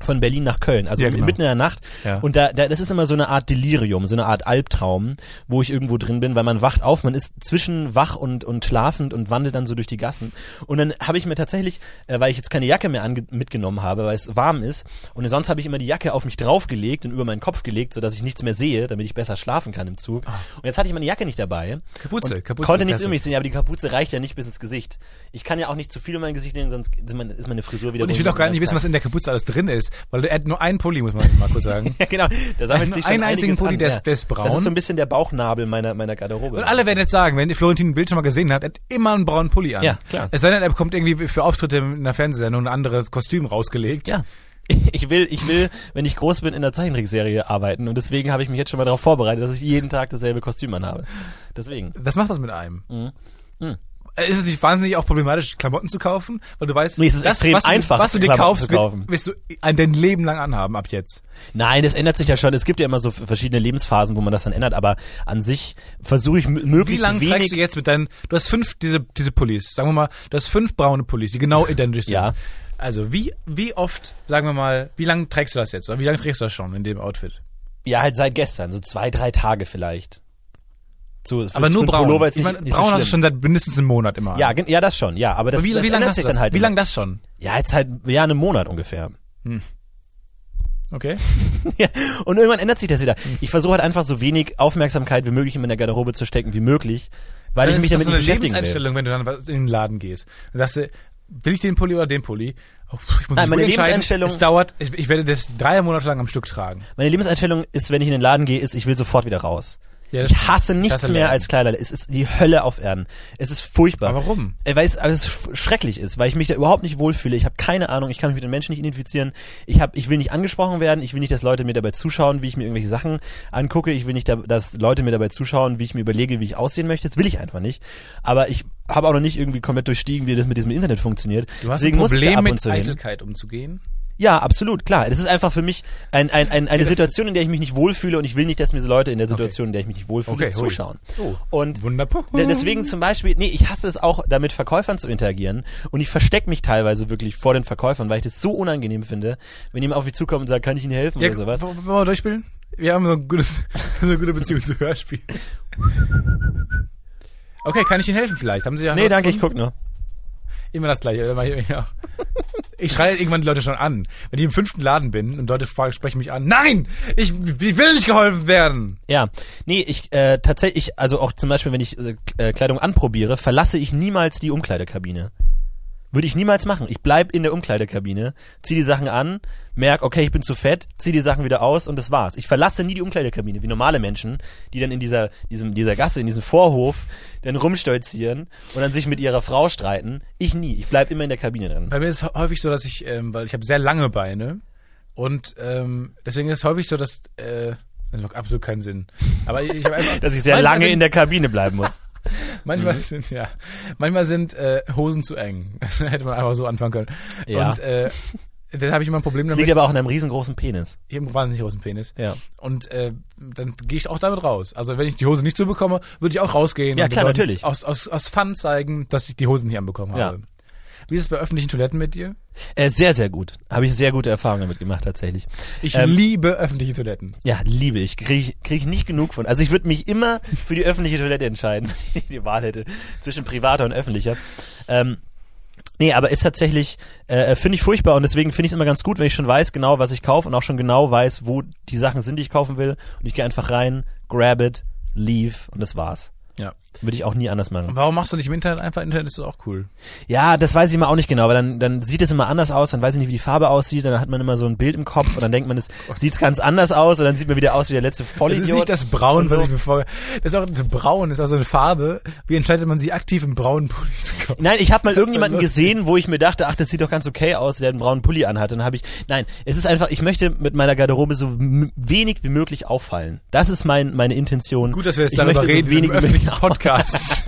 von Berlin nach Köln, also Ja, genau. mitten in der Nacht. Ja. Und da, da, das ist immer so eine Art Delirium, so eine Art Albtraum, wo ich irgendwo drin bin, weil man wacht auf, man ist zwischen wach und, und schlafend und wandelt dann so durch die Gassen. Und dann habe ich mir tatsächlich, äh, weil ich jetzt keine Jacke mehr ange mitgenommen habe, weil es warm ist, und sonst habe ich immer die Jacke auf mich draufgelegt und über meinen Kopf gelegt, sodass ich nichts mehr sehe, damit ich besser schlafen kann im Zug. Und jetzt hatte ich meine Jacke nicht dabei. Ah. Kapuze, und Kapuze, Konnte nichts Kasse. über mich sehen, aber die Kapuze reicht ja nicht bis ins Gesicht. Ich kann ja auch nicht zu viel über mein Gesicht nehmen, sonst ist meine- ist meine Frisur wieder Und ich will auch gar nicht wissen, was in der Kapuze alles drin ist, weil er hat nur einen Pulli, muss man mal kurz sagen. Ja, genau. Da sammelt Einen- sich schon einen einzigen einiges Pulli, an. der ja. ist- der ist braun. Das ist so ein bisschen der Bauchnabel meiner, meiner Garderobe. Und alle werden jetzt sagen, wenn ihr Florentin ein Bild schon mal gesehen habt, er hat immer einen braunen Pulli an. Ja, klar. Es sei denn, er bekommt irgendwie für Auftritte in einer Fernsehsendung ein anderes Kostüm rausgelegt. ja. Ich will, ich will, wenn ich groß bin, in der Zeichentrickserie arbeiten und deswegen habe ich mich jetzt schon mal darauf vorbereitet, dass ich jeden Tag dasselbe Kostüm anhabe. Deswegen. Was macht das mit einem? Mhm. Äh, Ist es nicht wahnsinnig auch problematisch, Klamotten zu kaufen? Weil du weißt, Nee, es ist extrem was, du- einfach, was du dir Klamotten kaufst, zu kaufen. wirst du ein- dein Leben lang anhaben ab jetzt. Nein, das ändert sich ja schon. Es gibt ja immer so f- verschiedene Lebensphasen, wo man das dann ändert, aber an sich versuche ich m- Wie möglichst lange wenig. trägst du jetzt mit deinen, du hast fünf diese, diese Pullis, sagen wir mal, du hast fünf braune Pullis, die genau identisch sind. Ja. Also wie, wie oft, sagen wir mal, wie lange trägst du das jetzt? Oder Wie lange trägst du das schon in dem Outfit? ja, halt seit gestern, so zwei, drei Tage vielleicht. So, Aber für nur einen braun. Pullover jetzt ich nicht, meine, nicht braun so hast du schlimm. schon seit mindestens einem Monat immer an. Ja, gen- ja, das schon, ja. Aber das, Aber wie, das wie lange ändert hast du sich das? dann halt wie immer. lange das schon? Ja, jetzt halt, ja, einen Monat ungefähr. Okay. Ja, und irgendwann ändert sich das wieder. Ich versuche halt einfach so wenig Aufmerksamkeit wie möglich in meine Garderobe zu stecken wie möglich, weil Dann ich mich ist das damit so eine nicht beschäftigen will. Lebenseinstellung, wenn du dann was in den Laden gehst. Dann sagst du, will ich den Pulli oder den Pulli? Oh, pff, ich muss Nein, mich meine gut entscheiden. Lebenseinstellung- Es dauert, ich, ich werde das drei Monate lang am Stück tragen. Meine Lebenseinstellung ist, wenn ich in den Laden gehe, ist, ich will sofort wieder raus. Ja, das ich hasse nichts hasse mehr Läden. als Kleider. Es ist die Hölle auf Erden. Es ist furchtbar. Aber warum? Äh, Weil es alles sch- schrecklich ist, weil ich mich da überhaupt nicht wohlfühle. Ich habe keine Ahnung, ich kann mich mit den Menschen nicht identifizieren. Ich, hab, ich will nicht angesprochen werden, ich will nicht, dass Leute mir dabei zuschauen, wie ich mir irgendwelche Sachen angucke. Ich will nicht, da, dass Leute mir dabei zuschauen, wie ich mir überlege, wie ich aussehen möchte. Das will ich einfach nicht. Aber ich habe auch noch nicht irgendwie komplett durchstiegen, wie das mit diesem Internet funktioniert. Du hast Deswegen ein muss ich da Problem ab und mit zu hin. Eitelkeit umzugehen. Ja, absolut, klar. Das ist einfach für mich ein, ein, ein, eine das- Situation, in der ich mich nicht wohlfühle und ich will nicht, dass mir so Leute in der Situation, in der ich mich nicht wohlfühle, Okay, hui. zuschauen. Oh. Und Wunderbar. De- Deswegen zum Beispiel, nee, ich hasse es auch, da mit Verkäufern zu interagieren und ich verstecke mich teilweise wirklich vor den Verkäufern, weil ich das so unangenehm finde, wenn jemand auf mich zukommt und sagt, kann ich Ihnen helfen oder sowas. Wollen wir mal durchspielen? Wir haben so, ein gutes, so eine gute Beziehung zu Hörspielen. Okay, kann ich Ihnen helfen vielleicht? Haben Sie ja Nee, danke, ich guck nur. Immer das gleiche. immer- immer- Ich schreie irgendwann die Leute schon an. Wenn ich im fünften Laden bin und Leute fragen, sprechen mich an. Nein! Ich, ich will nicht geholfen werden! Ja, nee, ich äh, tatsächlich, also auch zum Beispiel, wenn ich äh, K- äh, Kleidung anprobiere, verlasse ich niemals die Umkleidekabine. Würde ich niemals machen. Ich bleib in der Umkleidekabine, zieh die Sachen an, merk, okay, ich bin zu fett, zieh die Sachen wieder aus und das war's. Ich verlasse nie die Umkleidekabine, wie normale Menschen, die dann in dieser, diesem, dieser Gasse, in diesem Vorhof dann rumstolzieren und dann sich mit ihrer Frau streiten. Ich nie. Ich bleib immer in der Kabine drin. Bei mir ist es häufig so, dass ich, ähm, weil ich habe sehr lange Beine und ähm, deswegen ist es häufig so, dass äh, das macht absolut keinen Sinn. Aber ich, ich habe einfach, Dass ich sehr manchmal lange sind, in der Mhm. Kabine bleiben muss. manchmal sind ja, manchmal sind äh, Hosen zu eng. Hätte man einfach so anfangen können. Ja. Und äh, dann habe ich immer ein Problem Das damit. liegt aber auch an einem riesengroßen Penis. Ich habe einen wahnsinnig großen Penis. Ja. Und äh, dann gehe ich auch damit raus. Also wenn ich die Hose nicht so bekomme, würde ich auch rausgehen. Ja, und den klar, Leuten natürlich. Aus, aus, aus Fun zeigen, dass ich die Hosen nicht anbekommen Ja. habe. Wie ist es bei öffentlichen Toiletten mit dir? Äh, sehr, sehr gut. Habe ich sehr gute Erfahrungen damit gemacht, tatsächlich. Ich Ähm, liebe öffentliche Toiletten. Ja, liebe ich. Kriege ich, krieg ich nicht genug von. Also ich würde mich immer für die öffentliche Toilette entscheiden, wenn ich die Wahl hätte zwischen privater und öffentlicher. Ähm, nee, aber ist tatsächlich, äh, finde ich furchtbar und deswegen finde ich es immer ganz gut, wenn ich schon weiß genau, was ich kaufe und auch schon genau weiß, wo die Sachen sind, die ich kaufen will. Und ich gehe einfach rein, grab it, leave und das war's. Ja. Würde ich auch nie anders machen. Warum machst du nicht im Internet einfach? Internet ist doch auch cool. Ja, das weiß ich immer auch nicht genau, weil dann, dann sieht es immer anders aus, dann weiß ich nicht, wie die Farbe aussieht, dann hat man immer so ein Bild im Kopf und dann denkt man, es sieht's ganz anders aus und dann sieht man wieder aus wie der letzte Das Vollidiot. Oh ist nicht das Braun, Und so. was ich bevor. Das ist auch so braun, ist auch so eine Farbe. Wie entscheidet man sich aktiv im braunen Pulli zu kaufen? Nein, ich habe mal ist ja irgendjemanden lustig. gesehen, wo ich mir dachte, ach, das sieht doch ganz okay aus, der einen braunen Pulli anhat. Und dann habe ich, nein, es ist einfach, ich möchte mit meiner Garderobe so m- wenig wie möglich auffallen. Das ist mein, meine Intention. Gut, dass wir jetzt ich darüber möchte reden, so wenig im wie möglich öffentlichen auffallen. Podcasts.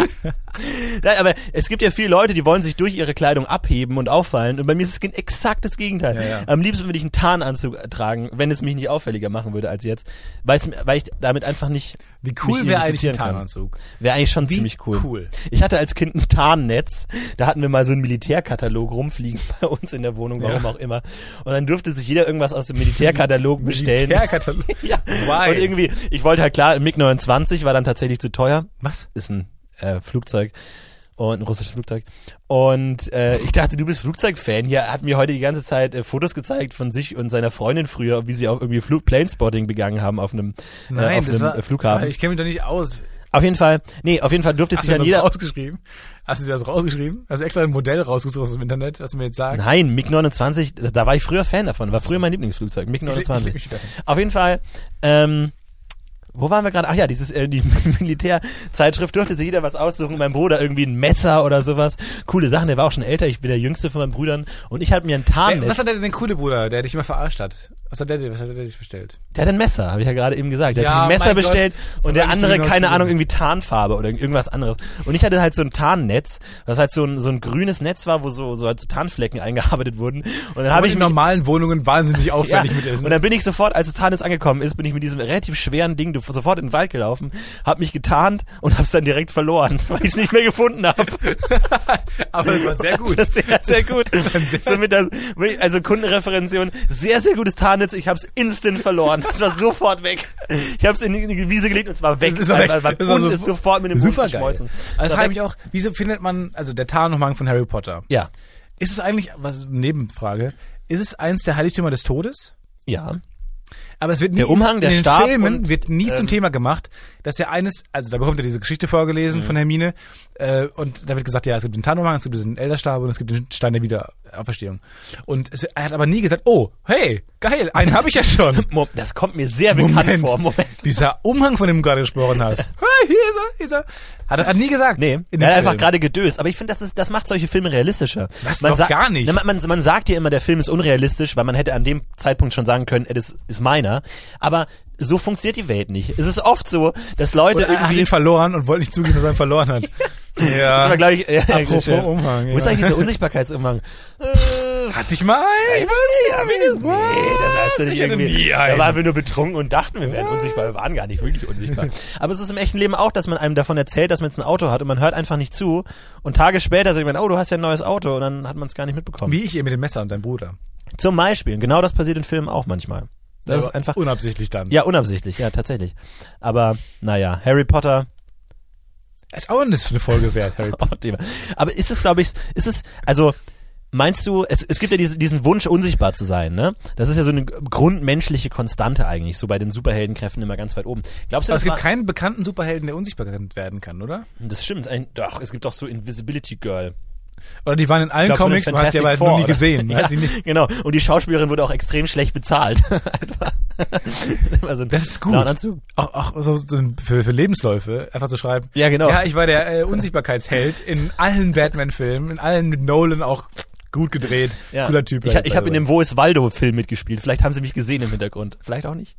Nein, aber es gibt ja viele Leute, die wollen sich durch ihre Kleidung abheben und auffallen. Und bei mir ist es gen- exakt das Gegenteil. Ja, ja. Am liebsten würde ich einen Tarnanzug tragen, wenn es mich nicht auffälliger machen würde als jetzt. Weil's, mir- weil ich damit einfach nicht. Wie mich cool wäre eigentlich ein identifizieren kann. Tarnanzug? Wäre eigentlich schon Wie ziemlich cool. cool. Ich hatte als Kind ein Tarnnetz. Da hatten wir mal so einen Militärkatalog rumfliegen bei uns in der Wohnung, warum Ja. auch immer. Und dann durfte sich jeder irgendwas aus dem Militärkatalog bestellen. Militärkatalog. ja. Why? Und irgendwie, ich wollte halt klar, ein MiG-29 war dann tatsächlich zu teuer Was? ist ein äh, Flugzeug und ein russisches Flugzeug. Und äh, ich dachte, du bist Flugzeugfan. Hier hat mir heute die ganze Zeit äh, Fotos gezeigt von sich und seiner Freundin früher, wie sie auch irgendwie Flug Planespotting begangen haben auf einem, äh, auf einem äh, Flughafen. Ah, Ich kenne mich da nicht aus. auf jeden Fall, nee, auf jeden Fall durfte Hast sich du dann das jeder. rausgeschrieben? Hast du dir das rausgeschrieben? Hast du extra ein Modell rausgesucht aus dem Internet, was du mir jetzt sagst? Nein, MiG-29, da- da war ich früher Fan davon, war früher mein Lieblingsflugzeug, Ich leg MiG-29. mich wieder hin. Auf jeden Fall, ähm, wo waren wir gerade? Ach ja, dieses äh, die Militärzeitschrift durfte sich jeder was aussuchen. Mein Bruder irgendwie ein Messer oder sowas. Coole Sachen. Der war auch schon älter. Ich bin der Jüngste von meinen Brüdern und ich hatte mir ein Wer- Tarnnetz. Was hat der denn coole Bruder, der dich immer verarscht hat? Was hat der dir, was hat der dich bestellt? der hat ein Messer, habe ich ja gerade eben gesagt. Der Ja, hat sich ein Messer mein bestellt Gott. und Ich der hab eigentlich andere so genau keine zugehört. Ahnung irgendwie Tarnfarbe oder irgendwas anderes. Und ich hatte halt so ein Tarnnetz, was halt so ein so ein grünes Netz war, wo so so halt so Tarnflecken eingearbeitet wurden. Und dann habe Aber ich in mich normalen Wohnungen wahnsinnig aufwendig mit Und Essen. dann bin ich sofort, als es Tarnitz angekommen ist, bin ich mit diesem relativ schweren Ding sofort in den Wald gelaufen, hab mich getarnt und hab's dann direkt verloren, weil ich es nicht mehr gefunden habe. Aber das war sehr gut. Sehr, sehr gut. so mit der, also Kundenreferention, sehr, sehr gutes Tarnitz, ich hab's instant verloren. Das war sofort weg. Ich hab's in die, in die Wiese gelegt und es war weg. Es war weg. Einfach, Es war und so- ist sofort mit dem Boden Super geil. geschmolzen. Also Es war frage weg. ich auch, wieso findet man, also der Tarnumhang von Harry Potter, Ja. ist es eigentlich, was, Nebenfrage, ist es eins der Heiligtümer des Todes? Ja. Aber es wird nie Der Umhang, der in den Stab Filmen und, wird nie ähm, zum Thema gemacht, dass er eines, also da bekommt er diese Geschichte vorgelesen von Hermine äh, und da wird gesagt, ja, es gibt den Tarnumhang, es gibt diesen Elderstab und es gibt den Stein der Wiederauferstehung. Und es, er hat aber nie gesagt, oh, hey, geil, einen habe ich ja schon. Mo- Das kommt mir sehr bekannt Moment, vor. Moment. dieser Umhang, von dem du gerade gesprochen hast. hey, hier ist er, hier ist er. Hat er hat nie gesagt. Nee, er in dem hat einfach Film. gerade gedöst. Aber ich finde, das, ist- das macht solche Filme realistischer. Das man doch sagt- gar nicht. Na, man, man, man sagt ja immer, der Film ist unrealistisch, weil man hätte an dem Zeitpunkt schon sagen können, ey, das ist meiner. Aber so funktioniert die Welt nicht. Es ist oft so, dass Leute Und er hat irgendwie... ihn verloren und wollte nicht zugeben, dass er ihn verloren hat. Das ja. war, glaub ich, äh, Apropos schön. Umhang, Wo ist ja. eigentlich dieser Unsichtbarkeitsumhang? äh, Hatte ich mal einen? weiß ich ja, wie das- nee, das heißt ja Ich nicht hatte irgendwie. nie Da einen. waren wir nur betrunken und dachten, wir wären unsichtbar. Wir waren gar nicht wirklich unsichtbar. Aber es ist im echten Leben auch, dass man einem davon erzählt, dass man jetzt ein Auto hat und man hört einfach nicht zu. Und Tage später sagt man, oh, du hast ja ein neues Auto und dann hat man es gar nicht mitbekommen. Wie ich ihr mit dem Messer und dein Bruder. Zum Beispiel. Und genau das passiert in Filmen auch manchmal. Das ist Aber einfach. Unabsichtlich dann. Ja, unabsichtlich, ja, tatsächlich. Aber naja, Harry Potter, Ist auch eine Folge wert, Harry auch Thema. Aber ist es, glaube ich, ist es, also meinst du, es, es gibt ja diesen, diesen Wunsch, unsichtbar zu sein, ne? Das ist ja so eine grundmenschliche Konstante eigentlich, so bei den Superheldenkräften immer ganz weit oben. Glaubst du, Aber das, es gibt war, keinen bekannten Superhelden, der unsichtbar werden kann, oder? das stimmt? Ein, doch, es gibt doch so Invisibility Girl. Oder die waren in allen Ich glaub, von Comics, den man hat sie aber halt Fantastic noch nie Four, gesehen. Man oder? hat sie nie- ja, genau. Und die Schauspielerin wurde auch extrem schlecht bezahlt. also Das ist gut. Anzug. Auch, auch so, so für, für Lebensläufe einfach zu schreiben. Ja, genau. Ja, ich war der äh, Unsichtbarkeitsheld in allen Batman-Filmen, in allen mit Nolan auch gut gedreht. Ja. Cooler Typ. Ich, ich habe in dem Wo ist Waldo-Film mitgespielt. Vielleicht haben sie mich gesehen im Hintergrund. Vielleicht auch nicht.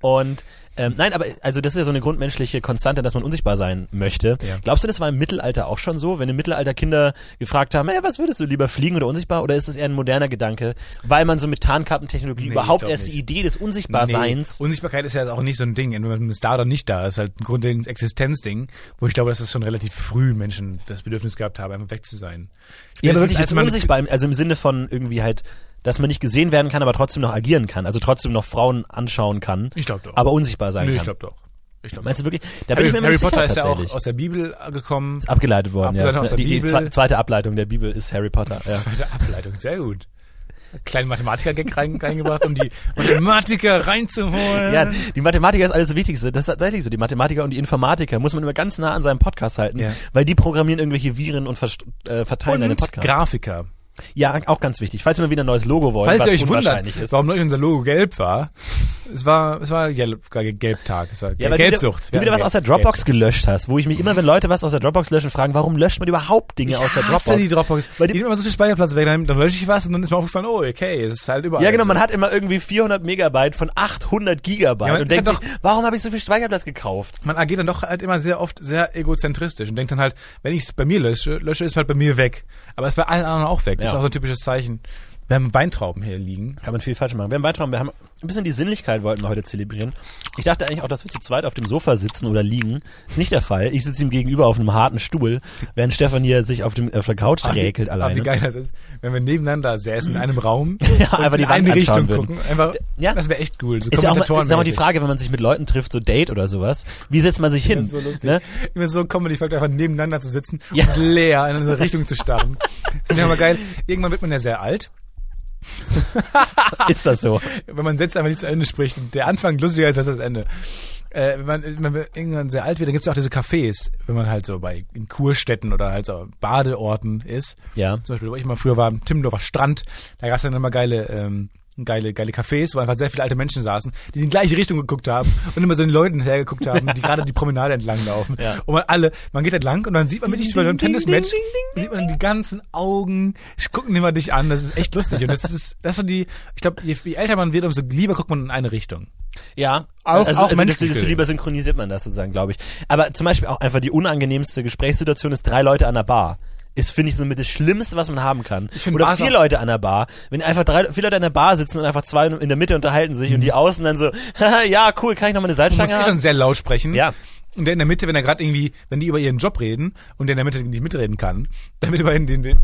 Und ähm, nein, aber also das ist ja so eine grundmenschliche Konstante, dass man unsichtbar sein möchte. Ja. Glaubst du, das war im Mittelalter auch schon so, wenn im Mittelalter Kinder gefragt haben, hey, was würdest du lieber fliegen oder unsichtbar? Oder ist das eher ein moderner Gedanke, weil man so mit Tarnkappentechnologie Nee, ich überhaupt glaub erst die nicht. Idee des Unsichtbarseins? Nee, Unsichtbarkeit ist ja jetzt auch nicht so ein Ding. Wenn man ist da oder nicht da, ist halt ein grundlegendes Existenzding, wo ich glaube, dass das schon relativ früh Menschen das Bedürfnis gehabt haben, einfach weg zu sein. Ja, aber wirklich Spätestens, jetzt man- unsichtbar, im- also im Sinne von irgendwie halt, dass man nicht gesehen werden kann, aber trotzdem noch agieren kann, also trotzdem noch Frauen anschauen kann, Ich glaube doch. aber unsichtbar sein Nö, kann. ich glaube doch. Ich glaub Meinst du wirklich? Da bin Harry, ich mir immer Harry nicht sicher, Potter ist ja tatsächlich. auch aus der Bibel gekommen. Ist abgeleitet worden, Abgeleitet ja. aus Ist der die, die Bibel. zwe- zweite Ableitung der Bibel ist Harry Potter. Ja. Zweite Ableitung, sehr gut. Kleinen Mathematiker-Gag rein, reingebracht, um die Mathematiker reinzuholen. Ja, die Mathematiker ist alles das Wichtigste. Das ist tatsächlich so. Die Mathematiker und die Informatiker muss man immer ganz nah an seinem Podcast halten, Ja. weil die programmieren irgendwelche Viren und vers- äh, verteilen deine und Podcasts. Grafiker. Ja, auch ganz wichtig. Falls ihr mal wieder ein neues Logo wollt, Falls was ihr euch wundert, unwahrscheinlich ist. warum neulich unser Logo gelb war, es war, es war gelb, Gelbtag, es war Ja, weil Gelbsucht. Du wieder, du wieder Ja, was aus der Gelb- Dropbox gelöscht hast, wo ich mich immer, wenn Leute was aus der Dropbox löschen, fragen, warum löscht man überhaupt Dinge aus der Ich hasse Dropbox? die Dropbox. Weil Weil die- die, nimmt immer so viel Speicherplatz weg, dann, dann lösche ich was und dann ist mir aufgefallen, oh, okay, es ist halt überall. ja, genau, man hat immer irgendwie 400 Megabyte von 800 Gigabyte Ja, man und ist denkt ja sich, warum habe ich so viel Speicherplatz gekauft? man agiert dann doch halt immer sehr oft sehr egozentristisch und denkt dann halt, wenn ich es bei mir lösche, lösche ist halt bei mir weg. Aber es ist bei allen anderen auch weg. Das Ja. ist auch so ein typisches Zeichen. Wir haben Weintrauben hier liegen. Kann man viel falsch machen. Wir haben Beitraum, wir haben ein bisschen die Sinnlichkeit wollten wir heute zelebrieren. Ich dachte eigentlich auch, dass wir zu zweit auf dem Sofa sitzen oder liegen. Ist nicht der Fall. Ich sitze ihm gegenüber auf einem harten Stuhl, während Stefan hier sich auf, dem, äh, auf der Couch räkelt ah, alleine. Wie geil das ist, wenn wir nebeneinander säßen in einem Raum Ja, einfach die in eine Wand Richtung anschauen würden. gucken. Einfach, Ja. Das wäre echt cool. So Ist ja auch mal, ist ja auch mal die Kommentatorenmäßig. Frage, wenn man sich mit Leuten trifft, so Date oder sowas, wie setzt man sich hin? Das ist so lustig. Ne? Immer so comedy faktor einfach nebeneinander zu sitzen Ja. und leer in unsere Richtung zu starren. Das finde ich aber geil. Irgendwann wird man ja sehr alt. Ist das so? Wenn man Sätze einfach nicht zu Ende spricht. Und der Anfang lustiger ist als das Ende. Äh, wenn, man, wenn man irgendwann sehr alt wird, dann gibt es auch diese Cafés, wenn man halt so bei in Kurstätten oder halt so Badeorten ist. Ja. Zum Beispiel, wo ich mal früher war, am Timmendorfer Strand, da gab es dann immer geile, ähm, geile, geile Cafés, wo einfach sehr viele alte Menschen saßen, die in die gleiche Richtung geguckt haben und immer so den Leuten hinterhergeguckt haben, die gerade die Promenade entlang laufen. Ja. Und man alle, man geht entlang und dann sieht man wirklich bei einem ding, Tennismatch, ding, sieht man die ganzen Augen, gucken immer dich an, das ist echt lustig. Und das ist, das sind die, ich glaube, je, je älter man wird, umso lieber guckt man in eine Richtung. Ja, Auch- also, auch also menschlich desto gesehen. lieber synchronisiert man das sozusagen, glaube ich. Aber zum Beispiel auch einfach die unangenehmste Gesprächssituation ist drei Leute an der Bar. Ist, finde ich, so mit das Schlimmste, was man haben kann. find Oder Bars vier auch- Leute an der Bar. Wenn einfach drei, vier Leute an der Bar sitzen und einfach zwei in der Mitte unterhalten sich und die außen dann so, haha, ja, cool, kann ich noch mal eine muss Seitenstange ich haben? schon sehr laut sprechen. Ja. Und der in der Mitte, wenn er gerade irgendwie, wenn die über ihren Job reden und der in der Mitte nicht mitreden kann, dann wird über den, den, den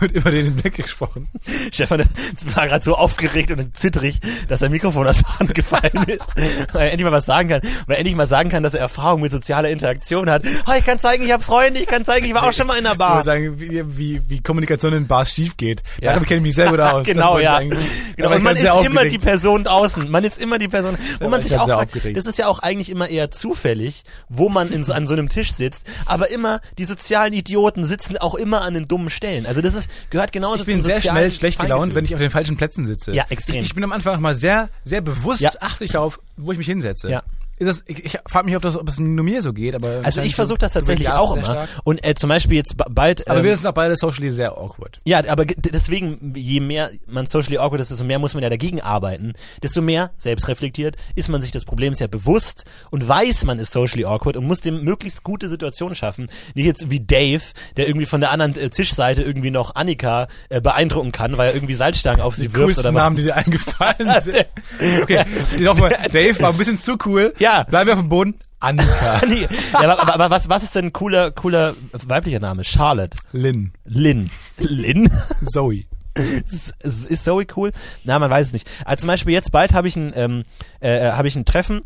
wird über den hinweg gesprochen. Stefan war gerade so aufgeregt und zitterig, dass sein Mikrofon aus der Hand gefallen ist, weil er endlich mal was sagen kann, weil er endlich mal sagen kann, dass er Erfahrung mit sozialer Interaktion hat. Oh, ich kann zeigen, ich habe Freunde, ich kann zeigen, ich war auch schon mal in der Ich Bar. würde sagen, wie, wie, wie Kommunikation in Bars schief geht. Ja. Ja. Darum kenne ich mich selber da aus. genau, wollte ich ja. eigentlich. Da Genau. war Und ich man dann ist sehr immer die aufgeregt. Person außen. Man ist immer die Person, wo war man ich sich halt auch sehr fragt, aufgeregt. das ist ja auch eigentlich immer eher zufällig, wo man in so, an so einem Tisch sitzt, aber immer die sozialen Idioten sitzen auch immer an den dummen Stellen. Also das ist, gehört genauso Ich bin zum sehr sozialen schnell schlecht gelaunt, Feingefühl. wenn ich auf den falschen Plätzen sitze. Ja, extrem. Ich, ich bin am Anfang mal sehr, sehr bewusst, Ja. achte ich darauf, wo ich mich hinsetze. Ja. Ist das, ich ich frage mich, ob, das, ob es nur mir so geht. aber Also ich versuche das du tatsächlich bejahst auch sehr immer. stark. Und äh, zum Beispiel jetzt ba- bald. Aber ähm, wir sind auch beide socially sehr awkward. Ja, aber ge- deswegen, je mehr man socially awkward ist, desto mehr muss man ja dagegen arbeiten. Desto mehr, selbstreflektiert, ist man sich des Problems ja bewusst und weiß, man ist socially awkward und muss dem möglichst gute Situationen schaffen. Nicht jetzt wie Dave, der irgendwie von der anderen äh, Tischseite irgendwie noch Annika äh, beeindrucken kann, weil er irgendwie Salzstangen auf sie wirft oder coolsten was. Namen, die dir eingefallen sind. Okay, nochmal. Dave war ein bisschen zu cool. Ja. Bleiben wir auf dem Boden. Annika. Nee, ja, aber, aber, aber was, was ist denn ein cooler, cooler weiblicher Name? Charlotte. Lynn. Lynn. Lynn? Zoe. ist, ist Zoe cool? Na, man weiß es nicht. Also zum Beispiel jetzt bald habe ich ein, ähm, äh, habe ich ein Treffen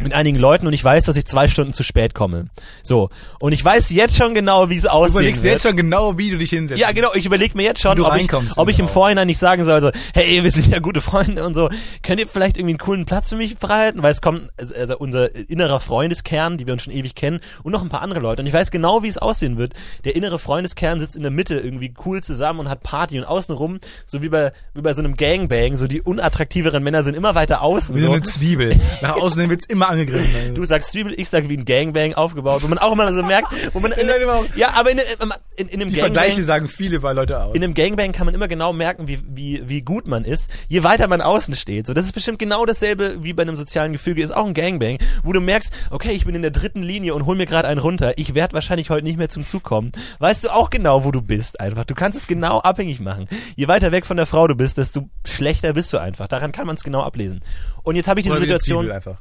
mit einigen Leuten und ich weiß, dass ich zwei Stunden zu spät komme. So. Und ich weiß jetzt schon genau, wie es Du aussehen überlegst wird. jetzt schon genau, wie du dich hinsetzt. ja, genau. Ich überlege mir jetzt schon, du ob ich, reinkommst ob ich im genau. Vorhinein nicht sagen soll, so, hey, wir sind ja gute Freunde und so, könnt ihr vielleicht irgendwie einen coolen Platz für mich freihalten? Weil es kommt also unser innerer Freundeskern, die wir uns schon ewig kennen, und noch ein paar andere Leute. Und ich weiß genau, wie es aussehen wird. Der innere Freundeskern sitzt in der Mitte irgendwie cool zusammen und hat Party und außenrum, so wie bei, wie bei so einem Gangbang, so die unattraktiveren Männer sind immer weiter außen. Wie so so. eine Zwiebel. Nach außen hin wird's immer angegriffen. Du sagst Zwiebel, ich sag wie ein Gangbang aufgebaut, wo man auch immer so merkt, wo man in, Nein, überhaupt. ja, aber in, in, in einem die Gangbang Vergleiche sagen viele bei Leute aus. in einem Gangbang kann man immer genau merken, wie, wie, wie gut man ist, je weiter man außen steht. So, das ist bestimmt genau dasselbe wie bei einem sozialen Gefüge, ist auch ein Gangbang, wo du merkst, okay, ich bin in der dritten Linie und hol mir gerade einen runter. Ich werde wahrscheinlich heute nicht mehr zum Zug kommen. Weißt du auch genau, wo du bist einfach. Du kannst es genau abhängig machen. Je weiter weg von der Frau du bist, desto schlechter bist du einfach. Daran kann man es genau ablesen. Und jetzt habe ich diese Oder wie eine Situation Zwiebel einfach.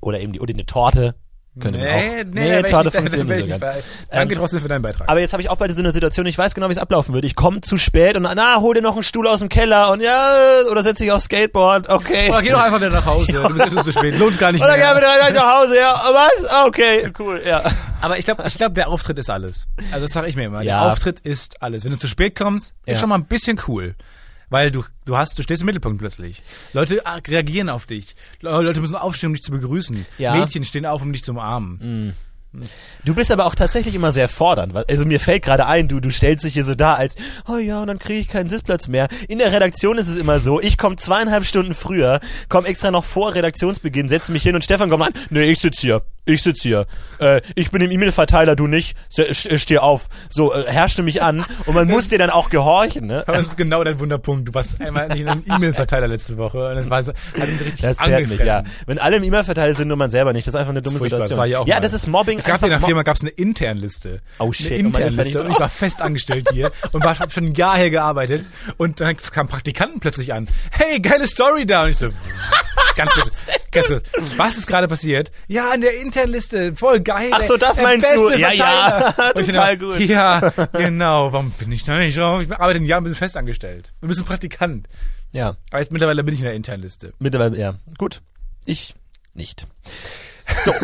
oder eben die, oder eine Torte. Könnte man auch. Nee, nee, nee, nee Torte Torte von funktioniert nicht so ganz. Danke trotzdem für deinen Beitrag. Aber jetzt habe ich auch bei dieser Situation, ich weiß genau, wie es ablaufen wird. Ich komme zu spät und na, hol dir noch einen Stuhl aus dem Keller und ja, oder setz dich aufs Skateboard, okay. Oder geh doch einfach wieder nach Hause. Du bist jetzt schon zu spät. Lohnt gar nicht Oder geh mehr. mit rein nach Hause, ja. Was? Okay, cool, ja. Aber ich glaube, ich glaub, der Auftritt ist alles. Also das sage ich mir immer. Ja. Der Auftritt ist alles. Wenn du zu spät kommst, ist Ja. schon mal ein bisschen cool. Weil du, du hast, du stehst im Mittelpunkt plötzlich. Leute ah, reagieren auf dich. Le- Leute müssen aufstehen, um dich zu begrüßen. Ja. Mädchen stehen auf, um dich zu umarmen. Du bist aber auch tatsächlich immer sehr fordernd. weil- Also mir fällt gerade ein, du, du stellst dich hier so da als, oh ja, und dann kriege ich keinen Sitzplatz mehr. In der Redaktion ist es immer so, ich komme zweieinhalb Stunden früher, komme extra noch vor Redaktionsbeginn, setze mich hin und Stefan kommt an, nee, ich sitz hier. Ich sitz hier. Äh, ich bin im E-Mail-Verteiler, du nicht. Se- st- Steh auf. So, äh, herrschte mich an und man muss dir dann auch gehorchen, ne? Aber das ist genau dein Wunderpunkt. Du warst einmal in einem E-Mail-Verteiler letzte Woche und das war so, hat ihn richtig Das zerrt mich, angefressen. ja. Wenn alle im E-Mail-Verteiler sind, nur man selber nicht. Das ist einfach eine dumme furchtbar. Das Situation. war hier auch ja, mal. das ist Mobbing. Es gab hier einfach in der Mob- Firma gab's eine Internliste. Oh shit, Eine und man ist da nicht Internliste. Und ich war fest angestellt hier und war hab schon ein Jahr hier gearbeitet. Und dann kamen Praktikanten plötzlich an. Hey, geile Story da. Und ich so, ganz kurz, ganz kurz. Was ist gerade passiert? Ja, in der Internliste. Voll geil. Ach so, das der meinst beste du. Ja, ja. Verteiler. Und ich Total dachte, gut. Ja, genau. Warum bin ich da nicht drauf? Ich arbeite ein Jahr ein bisschen fest angestellt. Ein bisschen Praktikant. Ja. Aber jetzt mittlerweile bin ich in der Internliste. Mittlerweile, ja. Gut. Ich nicht. So.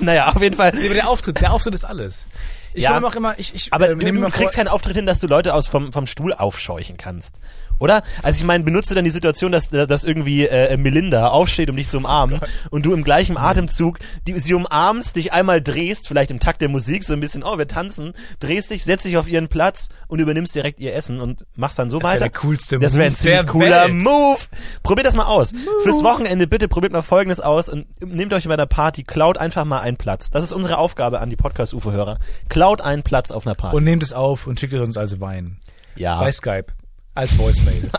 naja, auf jeden Fall. Nee, aber der Auftritt, der Auftritt ist alles. Ich Ja. ja, auch immer, ich, ich Aber äh, du, nehme du mir vor- kriegst keinen Auftritt hin, dass du Leute aus vom, vom Stuhl aufscheuchen kannst. Oder? Also ich meine, benutze dann die Situation, dass, dass irgendwie äh, Melinda aufsteht, um dich zu Oh umarmen und du im gleichen Atemzug die, sie umarmst, dich einmal drehst, vielleicht im Takt der Musik so ein bisschen, oh, wir tanzen, drehst dich, setzt dich auf ihren Platz und übernimmst direkt ihr Essen und machst dann so wär weiter. der coolste Das wäre ein Move der ziemlich cooler Welt. Move. Probiert das mal aus. Fürs Wochenende bitte probiert mal Folgendes aus und nehmt euch bei einer Party, klaut einfach mal einen Platz. Das ist unsere Aufgabe an die Podcast-UFO-Hörer. Klaut einen Platz auf einer Party. Und nehmt es auf und schickt es uns als Wein. Ja. Bei Skype. Als Voicemail.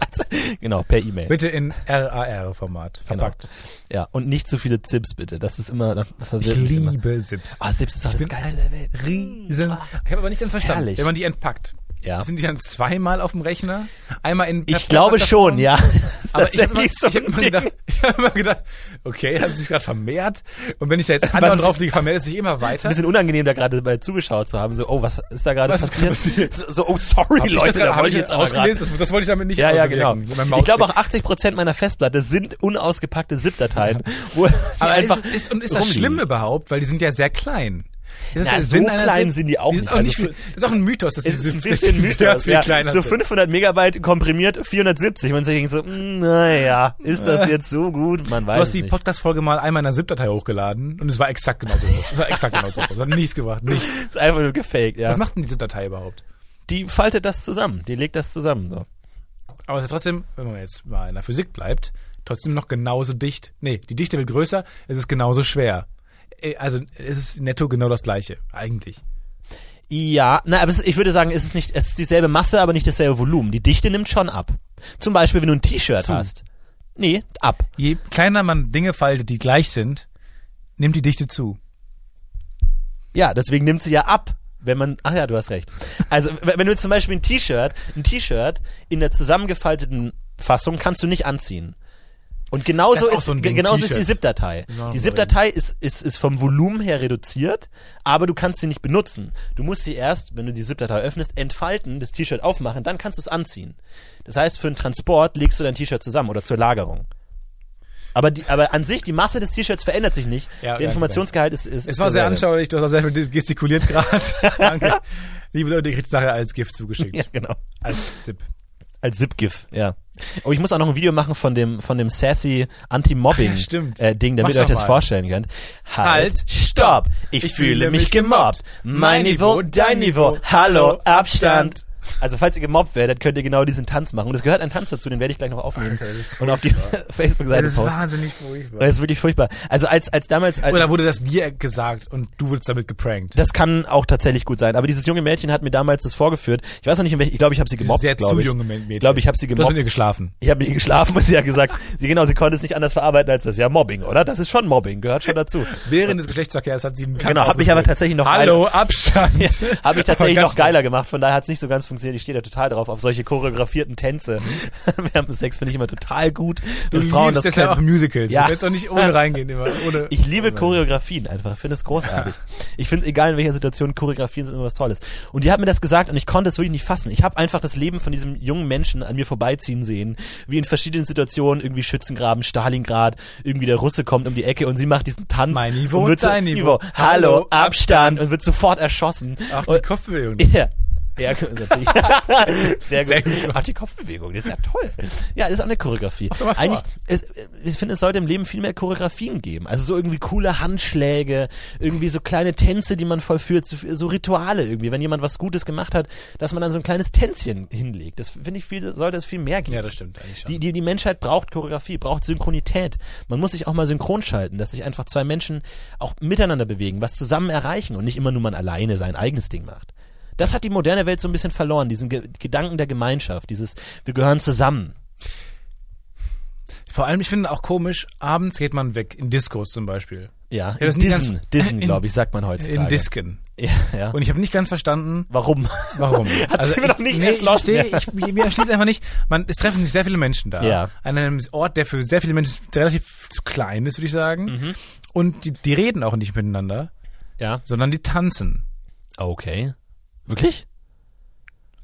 genau, per E-Mail. Bitte in RAR-Format. Genau. Verpackt. Ja, und nicht zu viele Zips bitte. Das ist immer das verwirrt Ich mich immer. liebe Sips. Ah, Zips ist doch das bin geilste ein der Welt. Riesen. Ich habe aber nicht ganz verstanden. Herrlich. Wenn man die entpackt. Ja. Sind die dann zweimal auf dem Rechner? Einmal in Ich glaube schon, ja. Ist Aber ich habe immer, tatsächlich so ich hab ein immer, Ding. gedacht- ich hab immer gedacht, okay, hat sich gerade vermehrt. Und wenn ich da jetzt anderen ist- drauflege, vermehrt es sich immer weiter. Ein bisschen unangenehm, da gerade dabei zugeschaut zu haben. So, oh, was ist da gerade Was ist passiert? passiert? So, so, oh, sorry, Hab ich das Leute, gerade- da hab wollte ich jetzt aber grad- ausgelesen. Das, das wollte ich damit nicht Ja, ja, genau. auswirken, mit meinem Ich glaube Mausklick. auch 80% meiner Festplatte sind unausgepackte ZIP-Dateien, wo Aber einfach ist, ist, und ist das rumliegen. schlimm überhaupt? Weil die sind ja sehr klein. Das Na, der so einer klein Sitz- sind die auch sind nicht. Auch Also nicht viel, für- das ist auch ein Mythos, dass die Es ist ein dass bisschen die sehr mythos. viel Ja. kleiner So sind. 500 Megabyte komprimiert, 470. Man sich denkt so, mm, naja, ist das jetzt so gut? Man Äh. Du weiß hast es die nicht. Podcast-Folge mal einmal in einer ZIP-Datei hochgeladen und es war exakt genauso groß. Es war exakt genauso groß. Es hat nichts gebracht, nichts. ist einfach nur gefaked, ja. Was macht denn die ZIP-Datei überhaupt? Die faltet das zusammen. Die legt das zusammen, so. Aber es ist trotzdem, wenn man jetzt mal in der Physik bleibt, trotzdem noch genauso dicht. Nee, die Dichte wird größer, es ist genauso schwer. Äh, Also es ist netto genau das gleiche, eigentlich. Ja, na, aber es, ich würde sagen, es ist nicht, es ist dieselbe Masse, aber nicht dasselbe Volumen. Die Dichte nimmt schon ab. Zum Beispiel, wenn du ein T-Shirt Zu. hast. Nee, ab. Je kleiner man Dinge faltet, die gleich sind, nimmt die Dichte zu. Ja, deswegen nimmt sie ja ab, wenn man. Ach ja, du hast recht. Also w- wenn du zum Beispiel ein T-Shirt, ein T-Shirt in der zusammengefalteten Fassung kannst du nicht anziehen. Und genauso Das ist auch ist, so ein ge- Ding, genauso ist die T-Shirt. ZIP-Datei. Ja, Die aber ZIP-Datei ist, ist, ist vom Volumen her reduziert, aber du kannst sie nicht benutzen. Du musst sie erst, wenn du die ZIP-Datei öffnest, entfalten, das T-Shirt aufmachen, dann kannst du es anziehen. Das heißt, für den Transport legst du dein T-Shirt zusammen oder zur Lagerung. Aber, die, aber an sich, die Masse des T-Shirts verändert sich nicht. Ja, Der ja, Informationsgehalt ist, ist Es war sehr derselbe. anschaulich, du hast auch sehr viel gestikuliert gerade. Danke. Liebe Leute, ihr kriegt es nachher als Gift zugeschickt. Ja, genau. Als Zip. Als ZipGIF, ja. Oh, ich muss auch noch ein Video machen von dem, von dem sassy Anti-Mobbing Ach ja, stimmt. äh, Ding, damit Mach's ihr euch doch das mal. vorstellen könnt. Halt, stopp! Ich, Ich fühle fühle mich mich gemobbt. gemobbt. Mein Niveau, dein Niveau. Hallo, Abstand. Also falls ihr gemobbt werdet, könnt ihr genau diesen Tanz machen. Und es gehört ein Tanz dazu, den werde ich gleich noch aufnehmen Alter, das ist und auf die Facebook-Seite posten. wahnsinnig furchtbar. Das ist wirklich furchtbar. Also als, als damals... Als, Oder wurde das dir gesagt und du wurdest damit geprankt? das kann auch tatsächlich gut sein. Aber dieses junge Mädchen hat mir damals das vorgeführt. Ich weiß noch nicht, in welch, ich glaube, ich habe sie gemobbt, sehr zu glaube ich. junge Mädchen. Ich glaube, ich habe sie Du hast gemobbt. mit ihr geschlafen. Ich habe mit ihr geschlafen, muss sie ja gesagt. Sie genau, sie konnte es nicht anders verarbeiten als das. Ja, Mobbing, oder? Das ist schon Mobbing, gehört schon dazu. Während des Geschlechtsverkehrs hat sie einen Katz Genau, hab ich aber tatsächlich noch Hallo, Abstand. Ja, habe ich tatsächlich Aber noch ganz geiler gemacht, von daher hat es nicht so ganz funktioniert. Ich stehe da total drauf, auf solche choreografierten Tänze. Während dem Sex finde ich immer total gut. Du Wenn Frauen das liebst deshalb auch können. Musicals. Ja. Du willst auch nicht ohne reingehen immer. Ohne, Oh Ich liebe Choreografien einfach, finde es großartig. Ich finde, egal in welcher Situation, Choreografien sind immer was Tolles. Und die hat mir das gesagt und ich konnte es wirklich nicht fassen. Ich habe einfach das Leben von diesem jungen Menschen an mir vorbeiziehen sehen, wie in verschiedenen Situationen, irgendwie Schützengraben, Stalingrad, irgendwie der Russe kommt um die Ecke und sie macht diesen Tanz. Mein Niveau, und wird so, dein Niveau. Hallo, Hallo, Abstand und wird sofort erschossen. Ach, die und, Kopfbewegung. ja. Ja, natürlich. Sehr gut. Sehr gut. Auch die Kopfbewegung, die ist ja toll. Ja, ist auch eine Choreografie. doch mal vor. Eigentlich, es, ich finde, es sollte im Leben viel mehr Choreografien geben. Also so irgendwie coole Handschläge, irgendwie so kleine Tänze, die man vollführt, so, so Rituale irgendwie. Wenn jemand was Gutes gemacht hat, dass man dann so ein kleines Tänzchen hinlegt. Das finde ich viel, sollte es viel mehr geben. Ja, das stimmt eigentlich schon. Die, die, die Menschheit braucht Choreografie, braucht Synchronität. Man muss sich auch mal synchron schalten, dass sich einfach zwei Menschen auch miteinander bewegen, was zusammen erreichen und nicht immer nur man alleine sein eigenes Ding macht. Das hat die moderne Welt so ein bisschen verloren, diesen Ge Gedanken der Gemeinschaft, dieses wir gehören zusammen. Vor allem, ich finde auch komisch, abends geht man weg, in Discos zum Beispiel. Ja, das in sind die Dissen, ganz- Dissen, in- glaube ich, sagt man heutzutage. In Disken. Ja, ja. Und ich habe nicht ganz verstanden, Warum? Warum? Hat Also sich mir ich- noch nicht erschlossen. Ich, verstehe- ich, mir erschließt einfach nicht. Man, es treffen sich sehr viele Menschen da. Ja. An einem Ort, der für sehr viele Menschen relativ klein ist, würde ich sagen. Mhm. Und die, die reden auch nicht miteinander, Ja. sondern die tanzen. Okay. Wirklich?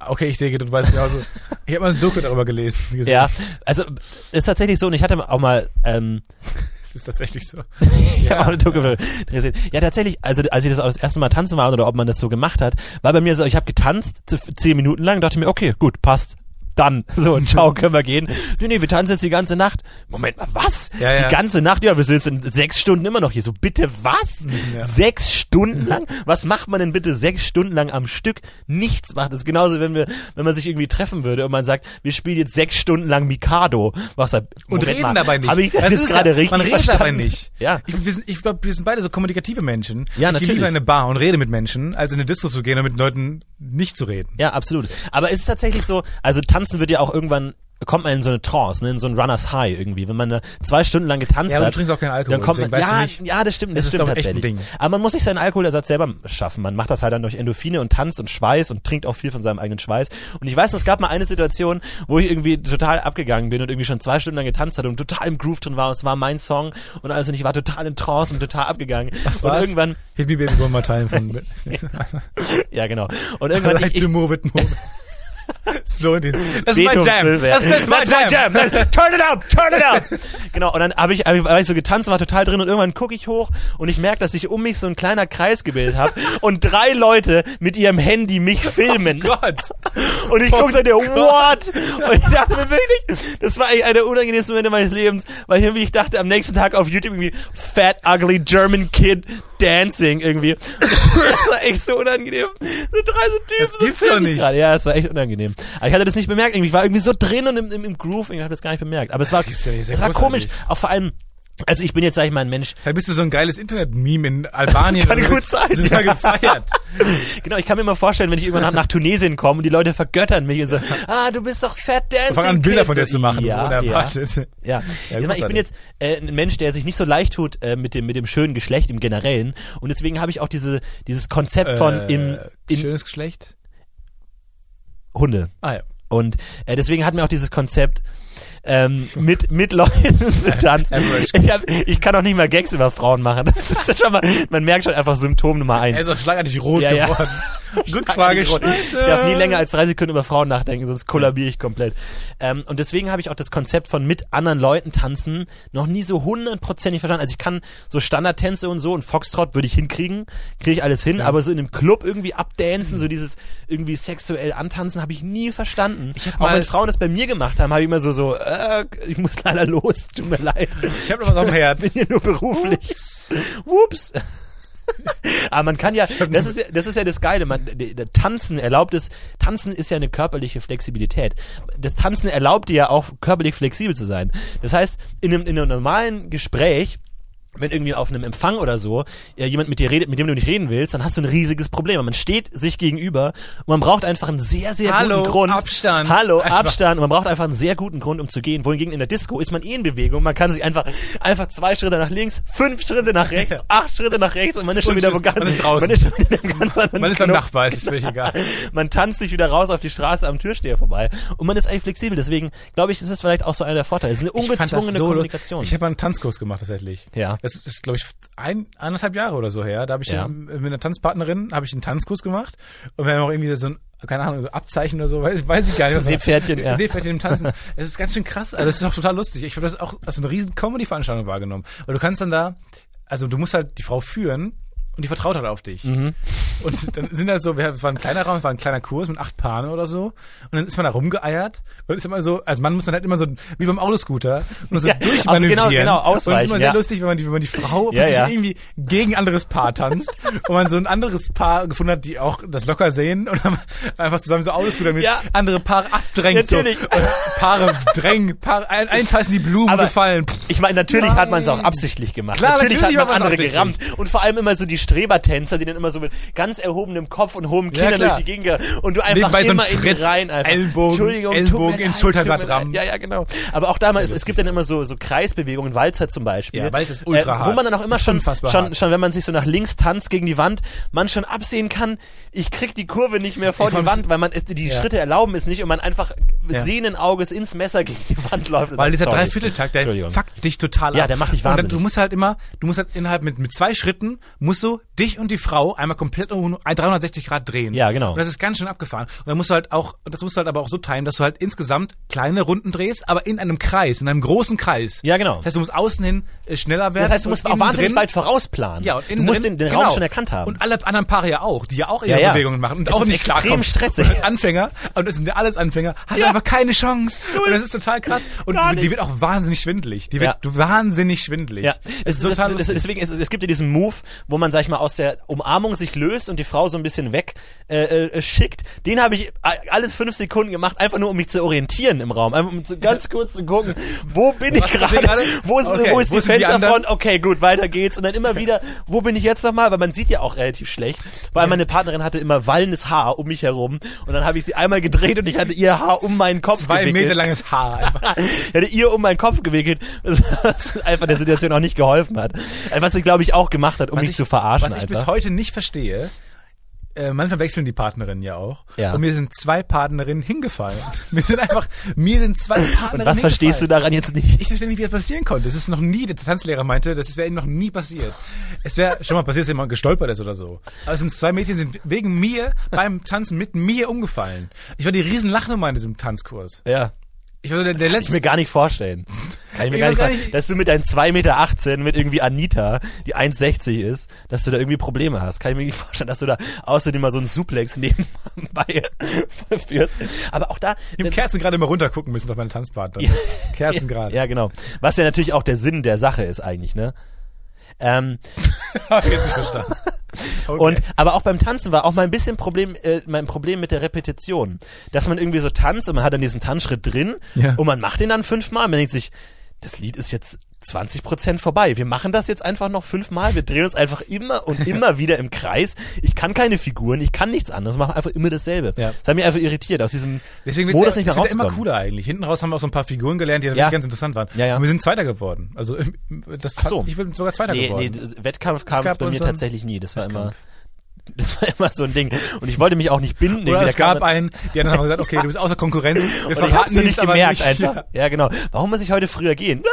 Okay, ich denke, du weißt genauso. ich habe mal eine Doku darüber gelesen. gesehen. Ja. Also ist tatsächlich so, und ich hatte auch mal ähm, Das ist tatsächlich so. Ja, auch eine Doku gesehen. Ja, tatsächlich, also als ich das auch das erste Mal tanzen war oder ob man das so gemacht hat, war bei mir so, ich habe getanzt zu- zehn Minuten lang, dachte mir, okay, gut, passt. Dann, so, und ciao, können wir gehen. Nee, nee, wir tanzen jetzt die ganze Nacht. Moment mal, was? Ja, ja. Die ganze Nacht? Ja, wir sind jetzt in sechs Stunden immer noch hier. So, bitte was? Mhm, Ja. Sechs Stunden lang? Was macht man denn bitte sechs Stunden lang am Stück? Nichts macht. Das ist genauso, wenn wir, wenn man sich irgendwie treffen würde und man sagt, wir spielen jetzt sechs Stunden lang Mikado. Was, halt, und Und reden dabei nicht. Habe ich das, jetzt ist gerade ja, richtig Man redet verstanden? dabei nicht. Ja. Ich, wir sind- ich glaube, wir sind beide so kommunikative Menschen. Ja, ich natürlich. gehe lieber in eine Bar und rede mit Menschen, als in eine Disco zu gehen und mit Leuten nicht zu reden. Ja, absolut. Aber es ist tatsächlich so, also tanzen wird ja auch irgendwann, kommt man in so eine Trance, ne, in so ein Runners High irgendwie. Wenn man da zwei Stunden lang getanzt Ja, aber du hat, trinkst auch keinen Alkohol, dann kommt man, deswegen weißt du ja, nicht. ja, das stimmt, das, Das ist, stimmt glaub ich, echt ein tatsächlich. Ding. Aber man muss sich seinen Alkoholersatz selber schaffen. Man macht das halt dann durch Endorphine und tanzt und Schweiß und trinkt auch viel von seinem eigenen Schweiß. Und ich weiß, es gab mal eine Situation, wo ich irgendwie total abgegangen bin und irgendwie schon zwei Stunden lang getanzt hatte und total im Groove drin war. Und es war mein Song und alles und ich war total in Trance und total abgegangen. Was und war's? irgendwann, Hit me baby one more time von ja genau. Und irgendwann I like ich, ich, to move it, move it. Das ist Florentin. Das ist mein Beethoven Jam. Silber. Das ist mein That's my Jam. jam. Turn it up, turn it up. genau, und dann habe ich, hab ich, war ich so getanzt, war total drin und irgendwann gucke ich hoch und ich merke, dass sich um mich so ein kleiner Kreis gebildet hat und drei Leute mit ihrem Handy mich filmen. Oh Gott. und ich guckte dir, Oh what? Und ich dachte mir wirklich, das war eigentlich einer der unangenehmsten Momente meines Lebens, weil ich irgendwie, ich dachte am nächsten Tag auf YouTube irgendwie fat, ugly German kid dancing irgendwie. das war echt so unangenehm. So drei so Typen. Das so gibt's doch filmen nicht. gerade. Ja, es war echt unangenehm. Aber ich hatte das nicht bemerkt. irgendwie. Ich war irgendwie so drin und im, im, im Groove. Ich habe das gar nicht bemerkt. Aber es war, gibt's ja nicht. Sehr es war großartig. komisch. Auch vor allem, also ich bin jetzt, sag ich mal, ein Mensch. Da bist du so ein geiles Internet-Meme in Albanien. Kann oder gut bist- sein, bist Du ja. mal gefeiert. Genau, ich kann mir immer vorstellen, wenn ich irgendwann nach, nach Tunesien komme und die Leute vergöttern mich und so, ah, du bist doch Fat Dancing Fang an, Bilder Kid. von dir So, zu machen. Ja, das ist ja. unerwartet. Ja, ich, meine, ich bin großartig. jetzt äh, ein Mensch, der sich nicht so leicht tut äh, mit dem mit dem schönen Geschlecht im Generellen und deswegen habe ich auch diese dieses Konzept von Äh, im in schönes Geschlecht. Hunde Ah ja. und äh, deswegen hat mir auch dieses Konzept ähm, mit mit Leuten zu tanzen. Average. Ich, hab, ich kann auch nicht mal Gags über Frauen machen. Das ist schon mal, man merkt schon einfach Symptom Nummer Er eins. ist auch schlagartig rot Ja, ja. geworden. Rückfrage. Ich darf nie länger als drei Sekunden über Frauen nachdenken, sonst kollabiere ich komplett. Ähm, und deswegen habe ich auch das Konzept von mit anderen Leuten tanzen noch nie so hundertprozentig verstanden. Also ich kann so Standardtänze und so und Foxtrot würde ich hinkriegen, kriege ich alles hin, aber so in einem Club irgendwie abdancen, so dieses irgendwie sexuell antanzen, habe ich nie verstanden. hab auch mal- wenn Frauen das bei mir gemacht haben, habe ich immer so, so, äh, ich muss leider los, tut mir leid. Ich habe noch was auf dem Herd. Bin hier nur beruflich. Whoops. Aber man kann ja, das ist ja, das ist ja das Geile. Man, d- d- Tanzen erlaubt es, Tanzen ist ja eine körperliche Flexibilität. Das Tanzen erlaubt dir ja auch körperlich flexibel zu sein. Das heißt, in einem, in einem normalen Gespräch, wenn irgendwie auf einem Empfang oder so ja, jemand mit dir redet, mit dem du nicht reden willst, dann hast du ein riesiges Problem. Aber Man steht sich gegenüber und man braucht einfach einen sehr, sehr Hallo, guten Grund. Abstand. Hallo, Einfach. Abstand. Und man braucht einfach einen sehr guten Grund, um zu gehen. Wohingegen in der Disco ist man eh in Bewegung. Man kann sich einfach, einfach zwei Schritte nach links, fünf Schritte nach rechts, Ja. acht Schritte nach rechts und man ist schon Und wieder ist- wo ganz, man ist draußen. Man ist schon wieder im ganz anderen Man ist beim Knopf. Nachbar, es ist völlig egal. Man tanzt sich wieder raus auf die Straße am Türsteher vorbei. Und man ist eigentlich flexibel. Deswegen glaube ich, ist es vielleicht auch so einer der Vorteile. Es ist eine Ich fand das ungezwungene so- Kommunikation. Ich habe mal einen Tanzkurs gemacht tatsächlich. Ja. Das ist, glaube ich, ein, anderthalb Jahre oder so her. Da habe ich Ja. ähm, mit einer Tanzpartnerin habe ich einen Tanzkurs gemacht und wir haben auch irgendwie so ein keine Ahnung, so Abzeichen oder so, weiß, weiß ich gar nicht. Seepferdchen, ja. Seepferdchen im Tanzen. Es ist ganz schön krass. Also, es ist auch total lustig. Ich habe das auch als eine riesen Comedy-Veranstaltung Mhm. wahrgenommen. Weil du kannst dann da, also du musst halt die Frau führen und die vertraut halt auf dich. Und dann sind halt so, wir- es war ein kleiner Raum, es war ein kleiner Kurs mit acht Paaren oder so. Und dann ist man da rumgeeiert. Und ist immer so, als Mann muss man halt immer so, wie beim Autoscooter, nur so Ja, also durchmanövrieren. genau, genau, Und es ist ausweichen, immer sehr ja. lustig, wenn man die, wenn man die Frau Ja, plötzlich ja. irgendwie gegen anderes Paar tanzt. und man so ein anderes Paar gefunden hat, die auch das locker sehen. Und dann einfach zusammen so Autoscooter mit Ja. andere Paare abdrängt. Natürlich. So. Und Paare drängen, Paare, ein, ein Paar ist in die Blumen Aber- gefallen. Ich meine, natürlich hat man es auch absichtlich gemacht. Klar, natürlich, natürlich hat man hat man's andere gerammt. absichtlich. Und vor allem immer so die Strebertänzer, die dann immer so mit ganz erhobenem Kopf und hohem Ja, Kinn klar. durch die Gegend gehen. Und du einfach Nebenbei so immer ein in Tritt, den Reihen einfach. Ellbogen, tut Ellbogen mir ins leid, Schulterblatt tut mir leid. rammen. Ja, ja, genau. Aber auch damals, es lustig. gibt dann immer so, so Kreisbewegungen, Walzer zum Beispiel. Äh, Ja, Walzer ist ultra Wo hart. man dann auch immer Ist schon, unfassbar schon, hart. schon, wenn man sich so nach links tanzt gegen die Wand, man schon absehen kann, ich krieg die Kurve nicht mehr vor Ich die fand's- Wand, weil man, die Ja. Schritte erlauben es nicht und man einfach Ja. sehenden Auges ins Messer gegen die Wand läuft. und Weil sagt, dieser sorry. Dreivierteltakt, der Entschuldigung. fuckt dich total ab. Ja, der macht dich Und dann, wahnsinnig. du musst halt immer, du musst halt innerhalb mit, mit zwei Schritten, musst du dich und die Frau einmal komplett um 360 Grad drehen. Ja, genau. Und das ist ganz schön abgefahren. Und dann musst du halt auch, das musst du halt aber auch so timen, dass du halt insgesamt kleine Runden drehst, aber in einem Kreis, in einem großen Kreis. Ja, genau. Das heißt, du musst außen hin äh, schneller werden. Das heißt, du und musst auch innen wahnsinnig drin- weit vorausplanen. Ja, und du innen musst drin, den, den genau. Raum schon erkannt haben. Und alle anderen Paare ja auch, die ja auch ihre Ja, ja. Bewegungen machen und Es auch ist nicht extrem klarkommen. stressig. Und als Anfänger, und das sind ja alles Anfänger, hast du einfach keine Chance. Und das ist total krass. Und Gar die nicht. wird auch wahnsinnig schwindelig. Die wird Ja. du wahnsinnig schwindelig. ja, Das es, ist ist- total es, es, lustig. deswegen es, es gibt ja diesen Move, wo man sag ich mal aus der Umarmung sich löst und die Frau so ein bisschen weg äh, äh, schickt. Den habe ich a- alle fünf Sekunden gemacht, einfach nur um mich zu orientieren im Raum, einfach um so ganz kurz zu gucken, wo bin ich Was passiert gerade, gerade? wo, ist- Okay, wo ist wo die sind die anderen? Fensterfront? Okay, gut, weiter geht's und dann immer wieder, wo bin ich jetzt nochmal? Weil man sieht ja auch relativ schlecht, weil meine Partnerin hatte immer wallendes Haar um mich herum und dann habe ich sie einmal gedreht und ich hatte ihr Haar um meinen Kopf Zwei gewickelt. Meter langes Haar einfach. Ich hätte ihr um meinen Kopf gewickelt, was einfach der Situation auch nicht geholfen hat. Was sie, glaube ich, auch gemacht hat, um mich zu verarschen. Was ich bis einfach. heute nicht verstehe, äh, manchmal wechseln die Partnerinnen ja auch. Ja. Und mir sind zwei Partnerinnen hingefallen. mir sind einfach, mir sind zwei Partnerinnen Und was verstehst du hingefallen. daran jetzt nicht? ich verstehe nicht, wie das passieren konnte. Es ist noch nie, der Tanzlehrer meinte, das wäre ihm noch nie passiert. Es wäre schon mal passiert, dass jemand gestolpert ist oder so. Aber es sind zwei Mädchen, sind wegen mir beim Tanzen mit mir umgefallen. Ich war die riesen Lachnummer in diesem Tanzkurs. Ja. Ich war so der, der Kann ich mir letzte. gar nicht vorstellen. Kann ich mir gar nicht Ich weiß gar vorstellen. nicht- Dass du mit deinen 2,18 Meter mit irgendwie Anita, die 1,60 ist, dass du da irgendwie Probleme hast. Kann ich mir nicht vorstellen, dass du da außerdem mal so einen Suplex nebenbei führst. Aber auch da, Ich hab Kerzen gerade immer runtergucken müssen auf meine Tanzpartner. Ja. Kerzen gerade. ja genau. Was ja natürlich auch der Sinn der Sache ist eigentlich, ne? Ähm, Hab ich jetzt nicht verstanden. Okay. Und aber auch beim Tanzen war auch mal ein bisschen Problem, äh, mein Problem mit der Repetition, dass man irgendwie so tanzt und man hat dann diesen Tanzschritt drin Ja. und man macht ihn dann fünfmal. und Man denkt sich, das Lied ist jetzt 20 Prozent vorbei. Wir machen das jetzt einfach noch fünfmal. Wir drehen uns einfach immer und immer wieder im Kreis. Ich kann keine Figuren, ich kann nichts anderes machen, einfach immer dasselbe. Ja. Das hat mich einfach irritiert aus diesem Deswegen wird's Modus ja, nicht mehr es wird immer rausgekommen. cooler eigentlich. Hinten raus haben wir auch so ein paar Figuren gelernt, die dann Ja. wirklich ganz interessant waren. Ja, ja. Und wir sind Zweiter geworden. Also ähm, das Ach so. ich bin sogar Zweiter Nee, geworden. nee, d- Wettkampf kam gab es bei mir unseren tatsächlich nie. Das war immer, das war immer so ein Ding. Und ich wollte mich auch nicht binden. Oder irgendwie. es Da kam gab dann- einen, die anderen haben gesagt, okay, du bist außer Konkurrenz. Wir Und ich hab's nur nichts, nicht aber gemerkt nicht. einfach. Ja. genau. Warum muss ich heute früher gehen?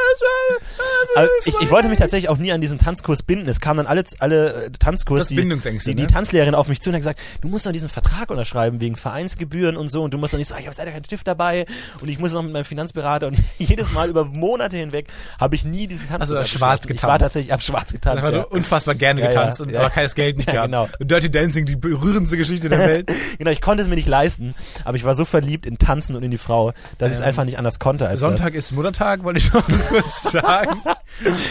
Aber ich, ich wollte mich tatsächlich auch nie an diesen Tanzkurs binden. Es kamen dann alle, alle äh, Tanzkurs, Das die, Bindungsängste, die, die ne? Tanzlehrerin auf mich zu und hat gesagt, du musst noch diesen Vertrag unterschreiben wegen Vereinsgebühren und so und du musst noch nicht sagen, ich habe leider keinen Stift dabei und ich muss noch mit meinem Finanzberater und jedes Mal über Monate hinweg habe ich nie diesen Tanzkurs Also du hast abgeschlossen. schwarz Ich war getanzt. tatsächlich, ich hab schwarz getanzt. Einfach ja. nur unfassbar gerne Ja, ja, getanzt, und, ja. aber keines Geld nicht Ja, gehabt. genau. Und Dirty Dancing, die berührendste Geschichte der Welt. Genau, ich konnte es mir nicht leisten, aber ich war so verliebt in Tanzen und in die Frau, dass ich es einfach nicht anders konnte als das. Sonntag ist Muttertag, wollte ich noch kurz sagen.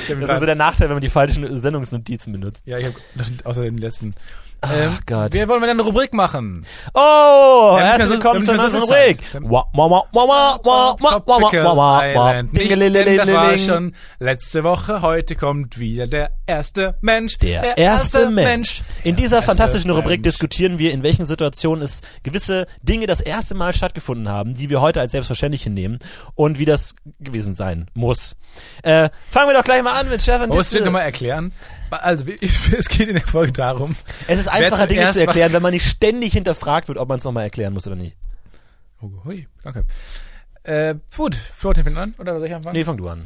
Ich Das ist hab so grad- der Nachteil, wenn man die falschen Sendungsnotizen benutzt. ja, ich habe außer den letzten. Ähm, Ach Ah, Gott. Wir wollen wieder eine Rubrik machen. Oh, Wir haben herzlich nicht mehr so- willkommen wir zur haben neuen nicht mehr so viel Rubrik. Zeit. Wa- wa- wa- wa- wa- wa- wa- wa- wa- Tropical wa- wa- Island. Nicht, denn das war Dingelilililililling. schon letzte Woche. Heute kommt wieder der erste Mensch. Der erste Mensch. In dieser erste fantastischen Rubrik Mensch. diskutieren wir, in welchen Situationen es gewisse Dinge das erste Mal stattgefunden haben, die wir heute als selbstverständlich hinnehmen und wie das gewesen sein muss. Äh, fangen wir doch gleich mal an mit Stefan Muss ich Tietze. dir nochmal erklären? Also, wie- es geht in der Folge darum. Es ist wer einfacher, Dinge zuerst zu erklären, wenn man nicht ständig hinterfragt wird, ob man es nochmal erklären muss oder nicht. Oh, hui, danke. Äh, gut, Florian fängt an, oder soll ich anfangen? Nee, fang du an.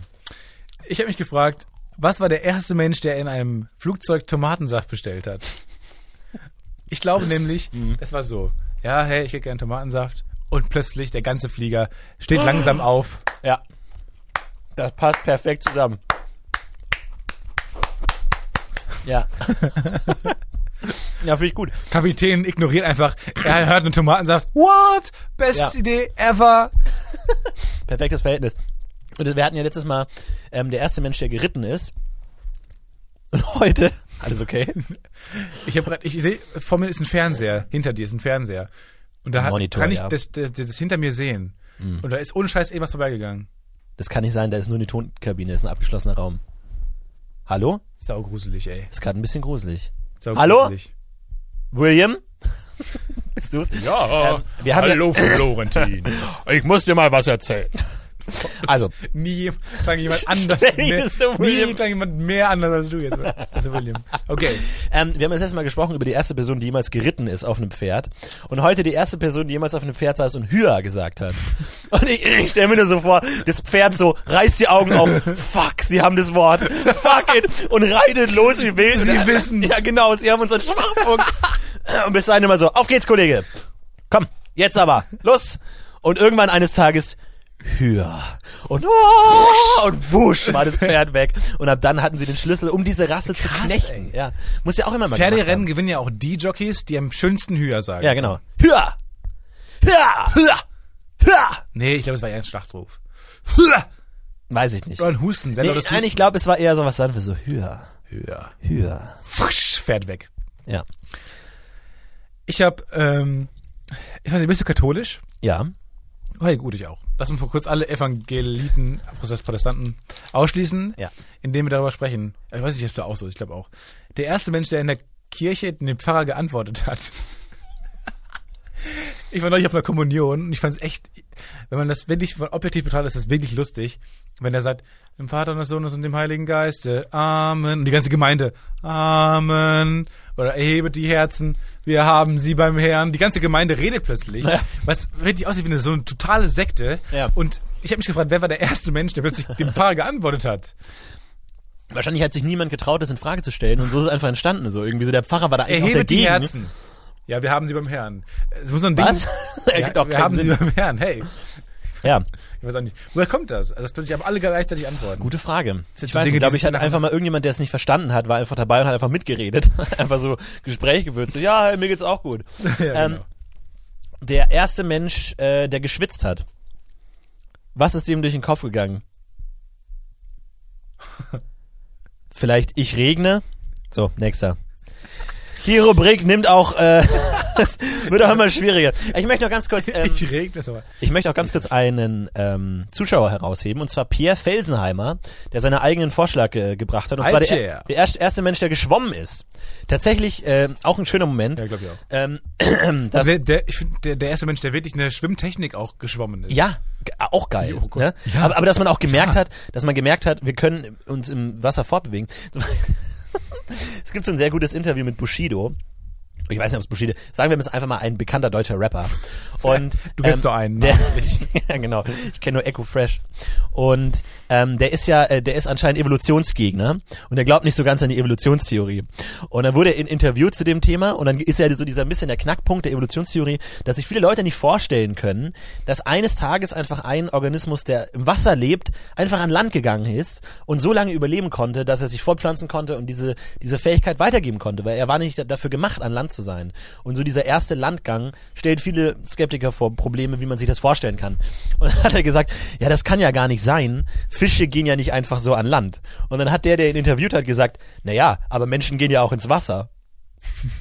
Ich habe mich gefragt, was war der erste Mensch, der in einem Flugzeug Tomatensaft bestellt hat? Ich glaube nämlich, Mhm. es war so. Ja, hey, ich hätte gerne Tomatensaft. Und plötzlich der ganze Flieger steht Ah. langsam auf. Ja. Das passt perfekt zusammen. Ja. Ja, finde ich gut. Kapitän ignoriert einfach. Er hört eine Tomate und sagt, what? Beste Ja. Idee ever. Perfektes Verhältnis. Und wir hatten ja letztes Mal ähm, der erste Mensch, der geritten ist. Und heute. Alles okay? Ich habe grad, ich sehe, vor mir ist ein Fernseher, hinter dir ist ein Fernseher. Und da hat, Monitor, kann ich ja. Mhm. das, das, das hinter mir sehen. Und da ist ohne Scheiß irgendwas vorbeigegangen. Das kann nicht sein, da ist nur eine Tonkabine, das ist ein abgeschlossener Raum. Hallo? Saugruselig, ey. Ist gerade ein bisschen gruselig. Saugruselig. William? Bist du's? Ja, Ähm, wir haben hallo Florentin. Ich muss dir mal was erzählen. Also, Nie klang jemand anders. Stell dich mehr, das so, William. nie klang jemand mehr anders als du jetzt. Also William. Okay. ähm, wir haben das letzte Mal gesprochen über die erste Person, die jemals geritten ist auf einem Pferd. Und heute die erste Person, die jemals auf einem Pferd saß und Hüa gesagt hat. Und ich, ich stelle mir nur so vor, das Pferd so reißt die Augen auf. Fuck, sie haben das Wort. Fuck it. Und reitet los wie wild. Sie wissen's. Ja, genau, sie haben unseren Schwachpunkt. Und bis dahin immer so, auf geht's, Kollege. Komm, jetzt aber, los. Und irgendwann eines Tages, höher. Und, oh, und wusch war das Pferd weg. Und ab dann hatten sie den Schlüssel, um diese Rasse zu knechten. Ja, muss ja auch immer mal gemacht Pferderennen gewinnen ja auch die Jockeys, die am schönsten Hüher sagen. Haben. Ja, genau. Höher. Höher. Höher. Höher. Nee, ich glaube, es war eher ein Schlachtruf. Hüher! Weiß ich nicht. Oder ein Husten. Sehr Nee, lautes nein, ich glaube, es war eher sowas dann für so höher. Husten. Hüher. Höher. Frisch, fährt weg. Ja. Ich habe, ähm, ich weiß nicht, bist du katholisch? Ja. Oh, ja, gut, ich auch. Lass uns kurz alle Evangeliten, Prozess Protestanten ausschließen, Ja. indem wir darüber sprechen. Ich weiß nicht, ob da auch so, ist, ich glaube auch. Der erste Mensch, der in der Kirche den Pfarrer geantwortet hat. Ich war neulich auf einer Kommunion und ich fand es echt, wenn man das wirklich wenn man objektiv betrachtet, ist das wirklich lustig, wenn er sagt, im Vater und des Sohnes und dem Heiligen Geiste, Amen. Und die ganze Gemeinde, Amen. Oder erhebet die Herzen, wir haben sie beim Herrn. Die ganze Gemeinde redet plötzlich, Ja. was wirklich aussieht wie eine, so eine totale Sekte. Ja. Und ich habe mich gefragt, wer war der erste Mensch, der plötzlich dem Pfarrer geantwortet hat? Wahrscheinlich hat sich niemand getraut, das in Frage zu stellen und so ist es einfach entstanden. So irgendwie so der Pfarrer war da eigentlich auch Erhebet dagegen. die Herzen. Ja, wir haben sie beim Herrn. Es muss so ein Ding. Was? Ja, Ergibt auch wir keinen haben Sinn. sie beim Herrn. Hey, Ja, ich weiß auch nicht. Woher kommt das? Also, dass plötzlich aber alle gleichzeitig antworten. gute Frage. sind Ich so weiß Dinge, nicht, die glaube sich ich, hat dann einfach mal irgendjemand, der es nicht verstanden hat, war einfach dabei und hat einfach mitgeredet. einfach so Gespräch geführt. So, ja, mir geht's auch gut. Ja, ähm, genau. Der erste Mensch, äh, der geschwitzt hat. Was ist ihm durch den Kopf gegangen? Vielleicht ich regne. So, nächster. Die Rubrik nimmt auch, äh, es wird auch immer schwieriger. Ich möchte noch ganz kurz, ähm, ich regne es aber. Ich möchte auch ganz kurz einen ähm, Zuschauer herausheben, und zwar Pierre Felsenheimer, der seinen eigenen Vorschlag äh, gebracht hat. Und Hi, zwar der, Pierre. der erst, erste Mensch, der geschwommen ist. Tatsächlich äh, auch ein schöner Moment. Ja, glaube ich auch. Ähm, das, Der, der, ich find, der, der erste Mensch, der wirklich eine Schwimmtechnik auch geschwommen ist. ja, ge- auch geil. Oh Gott. ne? Ja. aber, aber dass man auch gemerkt hat, dass man gemerkt hat, wir können uns im Wasser fortbewegen. Zum Beispiel- es gibt so ein sehr gutes Interview mit Bushido. Ich weiß nicht, ob es Bushido. Sagen wir mal, es ist einfach mal ein bekannter deutscher Rapper. Und ähm, Du kennst nur einen, ne? Der, ja, genau. Ich kenne nur Echo Fresh. Und ähm, der ist ja, äh, der ist anscheinend Evolutionsgegner und er glaubt nicht so ganz an die Evolutionstheorie. Und dann wurde er in Interview zu dem Thema und dann ist ja so dieser ein bisschen der Knackpunkt der Evolutionstheorie, dass sich viele Leute nicht vorstellen können, dass eines Tages einfach ein Organismus, der im Wasser lebt, einfach an Land gegangen ist und so lange überleben konnte, dass er sich fortpflanzen konnte und diese, diese Fähigkeit weitergeben konnte, weil er war nicht da- dafür gemacht, an Land zu sein. Und so dieser erste Landgang stellt viele Skeptiker vor Probleme, wie man sich das vorstellen kann. Und dann hat er gesagt, ja, das kann ja gar nicht sein. Fische gehen ja nicht einfach so an Land. Und dann hat der, der ihn interviewt hat, gesagt, na ja, aber Menschen gehen ja auch ins Wasser.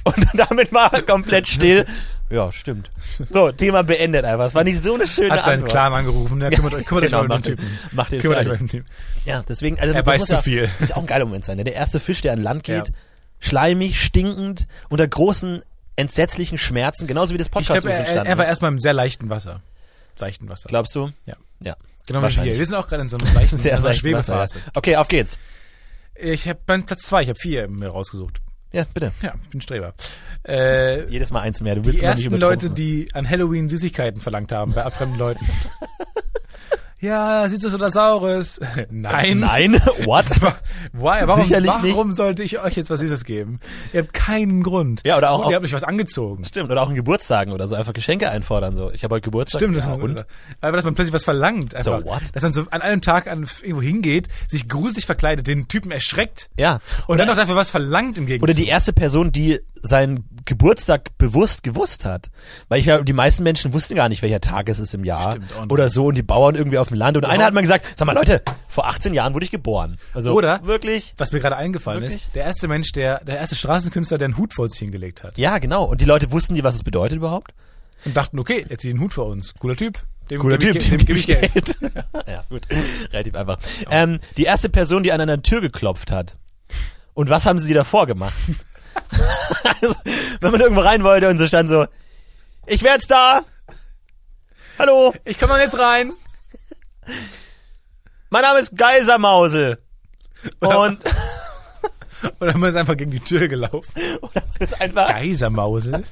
Und damit war er komplett still. Ja, stimmt. So, Thema beendet einfach. Es war nicht so eine schöne Hat seinen Antwort. Clan angerufen. Ja, kümmert euch, kümmert Genau, euch mal um macht den den- Typen. macht den kümmert euch mal fertig. um den Typen. Ja, deswegen, also Er das weiß muss zu ja, viel. Ist auch ein geiler Moment sein. Ne? Der erste Fisch, der an Land geht, Ja. schleimig, stinkend, unter großen, entsetzlichen Schmerzen, genauso wie das Ich Podcast glaube, er, er, entstanden er war ist. erstmal im sehr leichten Wasser. Seichten Wasser. Glaubst du? Ja. Ja. Genau wie wahrscheinlich. wir. Wir sind auch gerade in so einem leichten Sehr, in so sehr einer Wasser. Schwebephase. Okay, auf geht's. Ich habe Platz zwei, ich habe vier mir rausgesucht. Ja, bitte. Ja, ich bin Streber. Äh, Jedes Mal eins mehr. Du willst die immer nicht ersten Leute, übertrumpfen. die an Halloween Süßigkeiten verlangt haben bei fremden Leuten. ja, Süßes oder Saures? Nein. Nein, what? Why, warum, Sicherlich warum sollte ich euch jetzt was Süßes geben? Ihr habt keinen Grund. Ja, oder auch- Und ihr habt euch was angezogen. Stimmt, oder auch an Geburtstagen oder so, einfach Geschenke einfordern. So, ich habe heute Geburtstag. Stimmt, das ja, ist und? und? Aber dass man plötzlich was verlangt. Einfach, what? Dass man so an einem Tag an, irgendwo hingeht, sich gruselig verkleidet, den Typen erschreckt Ja. und dann noch dafür was verlangt im Gegenteil. Oder die erste Person, die seinen Geburtstag bewusst gewusst hat. Weil ich glaube, die meisten Menschen wussten gar nicht, welcher Tag es ist im Jahr Stimmt, auch nicht. oder so und die Bauern irgendwie auf dem Land. Und einer hat mal gesagt, sag mal Leute, vor 18 Jahren wurde ich geboren. Also Oder- wirklich? Was mir gerade eingefallen Wirklich? ist, der erste Mensch, der, der erste Straßenkünstler, der einen Hut vor sich hingelegt hat. Ja, genau. Und die Leute wussten die, was es bedeutet überhaupt? Und dachten, okay, jetzt zieht den Hut vor uns. Cooler Typ. Dem, Cooler geb Typ, ich, Ge- dem gebe ich Geld. ja, gut. Relativ einfach. Ähm, die erste Person, die an einer Tür geklopft hat. Und was haben sie davor gemacht? also, wenn man irgendwo rein wollte und so stand so, ich wär jetzt da. Hallo, Ich komme dann jetzt rein. mein Name ist Geisermausel. Und Oder man ist einfach gegen die Tür gelaufen. oder man ist einfach, Geisermausel?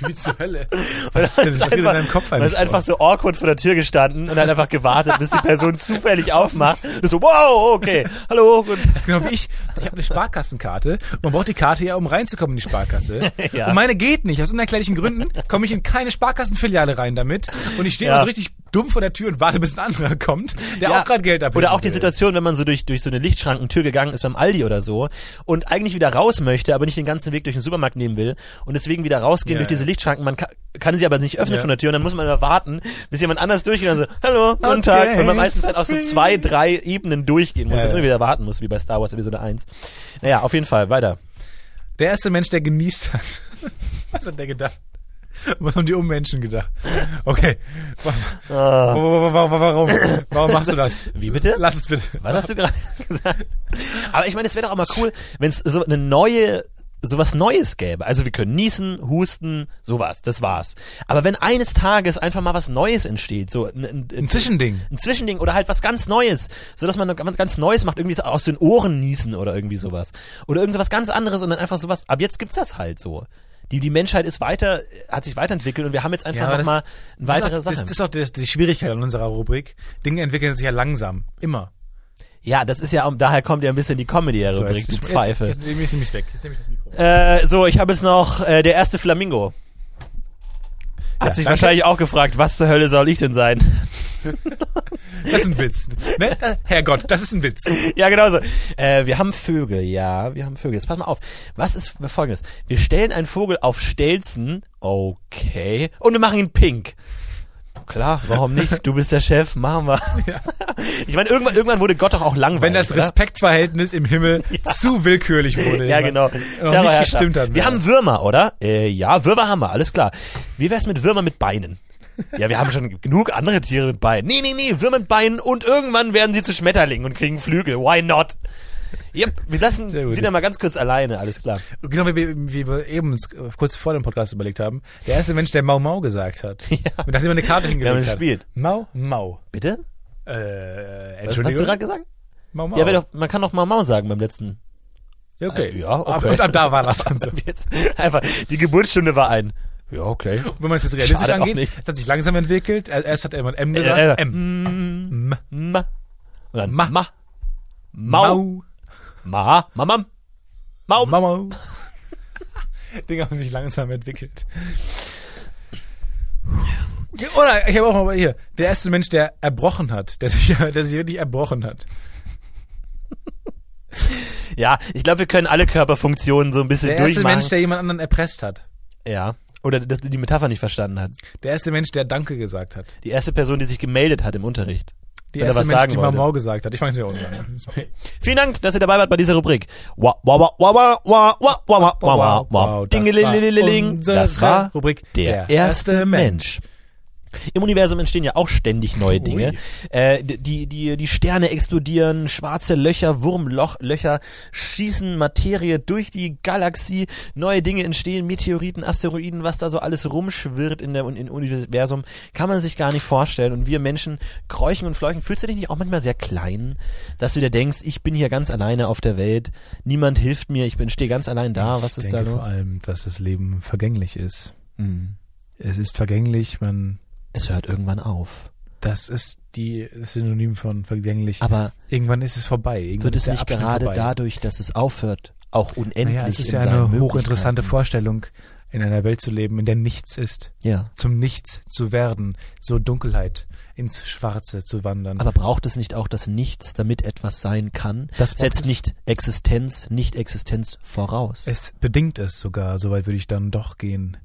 Wie, wie zur Hölle? oder man Was ist denn was geht in einfach- deinem Kopf man ist einfach so awkward vor der Tür gestanden und hat einfach gewartet, bis die Person zufällig aufmacht. Und so, wow, okay, hallo, guten Das ist genau wie ich. Ich habe eine Sparkassenkarte. Man braucht die Karte ja, um reinzukommen in die Sparkasse. Ja. Und meine geht nicht. Aus unerklärlichen Gründen komme ich in keine Sparkassenfiliale rein damit. Und ich stehe Ja. immer so richtig dumm vor der Tür und warte, bis ein anderer kommt, der Ja. auch gerade Geld abheben Oder auch die will. Situation, wenn man so durch, durch so eine Lichtschrankentür gegangen ist beim Aldi oder so und eigentlich wieder raus möchte, aber nicht den ganzen Weg durch den Supermarkt nehmen will und deswegen wieder rausgehen Ja, durch diese ja. Lichtschranken. Man kann, kann sie aber nicht öffnen Ja. von der Tür und dann muss man immer warten, bis jemand anders durchgeht und dann so, hallo, guten Okay, Tag. Und man meistens sorry. dann auch so zwei, drei Ebenen durchgehen muss Ja, und ja. immer wieder warten muss, wie bei Star Wars Episode 1. Naja, auf jeden Fall, weiter. Der erste Mensch, der genießt hat. Was hat der gedacht? Was haben die Ummenschen gedacht? Okay. Wa- wa- wa- wa- Warum? Warum machst du das? Ah. Wie bitte? Lass es bitte. Was hast du gerade gesagt? Aber ich meine, es wäre doch auch mal cool, wenn es so eine neue, sowas Neues gäbe. Also wir können niesen, husten, sowas, das war's. Aber wenn eines Tages einfach mal was Neues entsteht, so ein, ein, Ein Zwischending. ein Zwischending oder halt was ganz Neues, so dass man noch was ganz Neues macht, irgendwie so aus den Ohren niesen oder irgendwie sowas. Oder irgend sowas ganz anderes und dann einfach sowas, ab jetzt gibt's das halt so. Die, die Menschheit ist weiter, hat sich weiterentwickelt und wir haben jetzt einfach Ja, aber noch das- nochmal eine weitere das, ist auch- Sache. das, das ist auch die, die Schwierigkeit an unserer Rubrik. Dinge entwickeln sich ja langsam. Immer. ja, das ist ja, daher kommt ja ein bisschen die Comedy-Rubrik, jetzt- du Pfeife. Jetzt, jetzt, jetzt nehme ich weg. Jetzt nehme ich das Mikro. weg. Äh, so, ich habe jetzt noch äh, der erste Flamingo. Hat Ja, sich danke. wahrscheinlich auch gefragt, was zur Hölle soll ich denn sein? Das ist ein Witz. Ne? Äh, Herrgott, das ist ein Witz. ja, genau so. Äh, wir haben Vögel, ja, wir haben Vögel. Jetzt pass mal auf. Was ist folgendes? Wir stellen einen Vogel auf Stelzen, okay, und wir machen ihn pink. Klar, warum nicht? Du bist der Chef, machen wir. Ich meine, irgendwann, irgendwann wurde Gott doch auch langweilig. Wenn das oder? Respektverhältnis im Himmel zu willkürlich wurde. Ja, genau. Noch nicht Terrorherrschaft. gestimmt hat. ne? Wir haben Würmer, oder? Äh, ja, Würmer haben wir, alles klar. Wie wär's mit Würmer mit Beinen? Ja, wir haben schon genug andere Tiere mit Beinen. Nee, nee, nee, Würmer mit Beinen und irgendwann werden sie zu Schmetterlingen und kriegen Flügel. Why not? Yep, wir lassen Sehr gut. sie dann mal ganz kurz alleine, alles klar. Genau, wie, wir- wie wir eben uns äh, kurz vor dem Podcast überlegt haben. Der erste Mensch, der Mau Mau gesagt hat. Ja. Und nachdem er eine Karte hingelegt haben hat. gespielt. Mau Mau. Bitte? Äh, Was hast du Entschuldigung. gerade gesagt? Mau Mau. Ja, wer doch, man kann doch mal Mau sagen beim letzten. ja, okay. Ja, okay. Ab, und ab da war das dann so. Jetzt einfach, die Geburtsstunde war ein. Ja, okay. Wenn man es jetzt realistisch Schade auch angeht, nicht. es hat sich langsam entwickelt. Äh, Erst hat jemand M gesagt. Äh, äh, M. M. M. Mm, Ma. Und dann Ma. Ma. Ma. Mau. Ma. Ma. Ma. Mau. Mau. Mau. Dinge haben sich langsam entwickelt. Oder ich habe auch mal hier der erste Mensch, der erbrochen hat, der sich, der sich wirklich erbrochen hat. Ja, ich glaube, wir können alle Körperfunktionen so ein bisschen Der erste durchmachen. Mensch, der jemand anderen erpresst hat. ja. Oder dass die Metapher nicht verstanden hat. Der erste Mensch, der Danke gesagt hat. Die erste Person, die sich gemeldet hat im Unterricht. Die Wenn er erste was Mensch, sagen die wollte. Mamau gesagt hat. Ich fange es mir unten an. Vielen Dank, dass ihr dabei wart bei dieser Rubrik. Wa- wa- wa- wa- wa- wa- wa- wa- wa- wa- wa- wa. Dingelilililing. Das war Rubrik der erste Mensch. Im Universum entstehen ja auch ständig neue Dinge. Äh, die, die, die Sterne explodieren, schwarze Löcher, Wurmlöcher schießen Materie durch die Galaxie, neue Dinge entstehen, Meteoriten, Asteroiden, was da so alles rumschwirrt in der Un- im Universum, kann man sich gar nicht vorstellen. Und wir Menschen kräuchen und fleuchen. Fühlst du dich nicht auch manchmal sehr klein, dass du dir denkst, ich bin hier ganz alleine auf der Welt, niemand hilft mir, ich bin stehe ganz allein da, Ah, was Ich ist denke da vor los? allem, dass das Leben vergänglich ist. Hm. Es ist vergänglich, man. Es hört irgendwann auf. Das ist die das Synonym von vergänglich. Aber Irgendwann ist es vorbei. Irgendwann wird ist es der nicht Abschnitt gerade vorbei. dadurch, dass es aufhört, auch unendlich Naja, es ist in ja seinen eine hochinteressante Möglichkeiten? Vorstellung, in einer Welt zu leben, in der nichts ist. Ja. Zum Nichts zu werden, zur Dunkelheit, ins Schwarze zu wandern. Aber braucht es nicht auch das Nichts, damit etwas sein kann? Das braucht setzt nicht Existenz, nicht Existenz voraus. es bedingt es sogar, soweit würde ich dann doch gehen.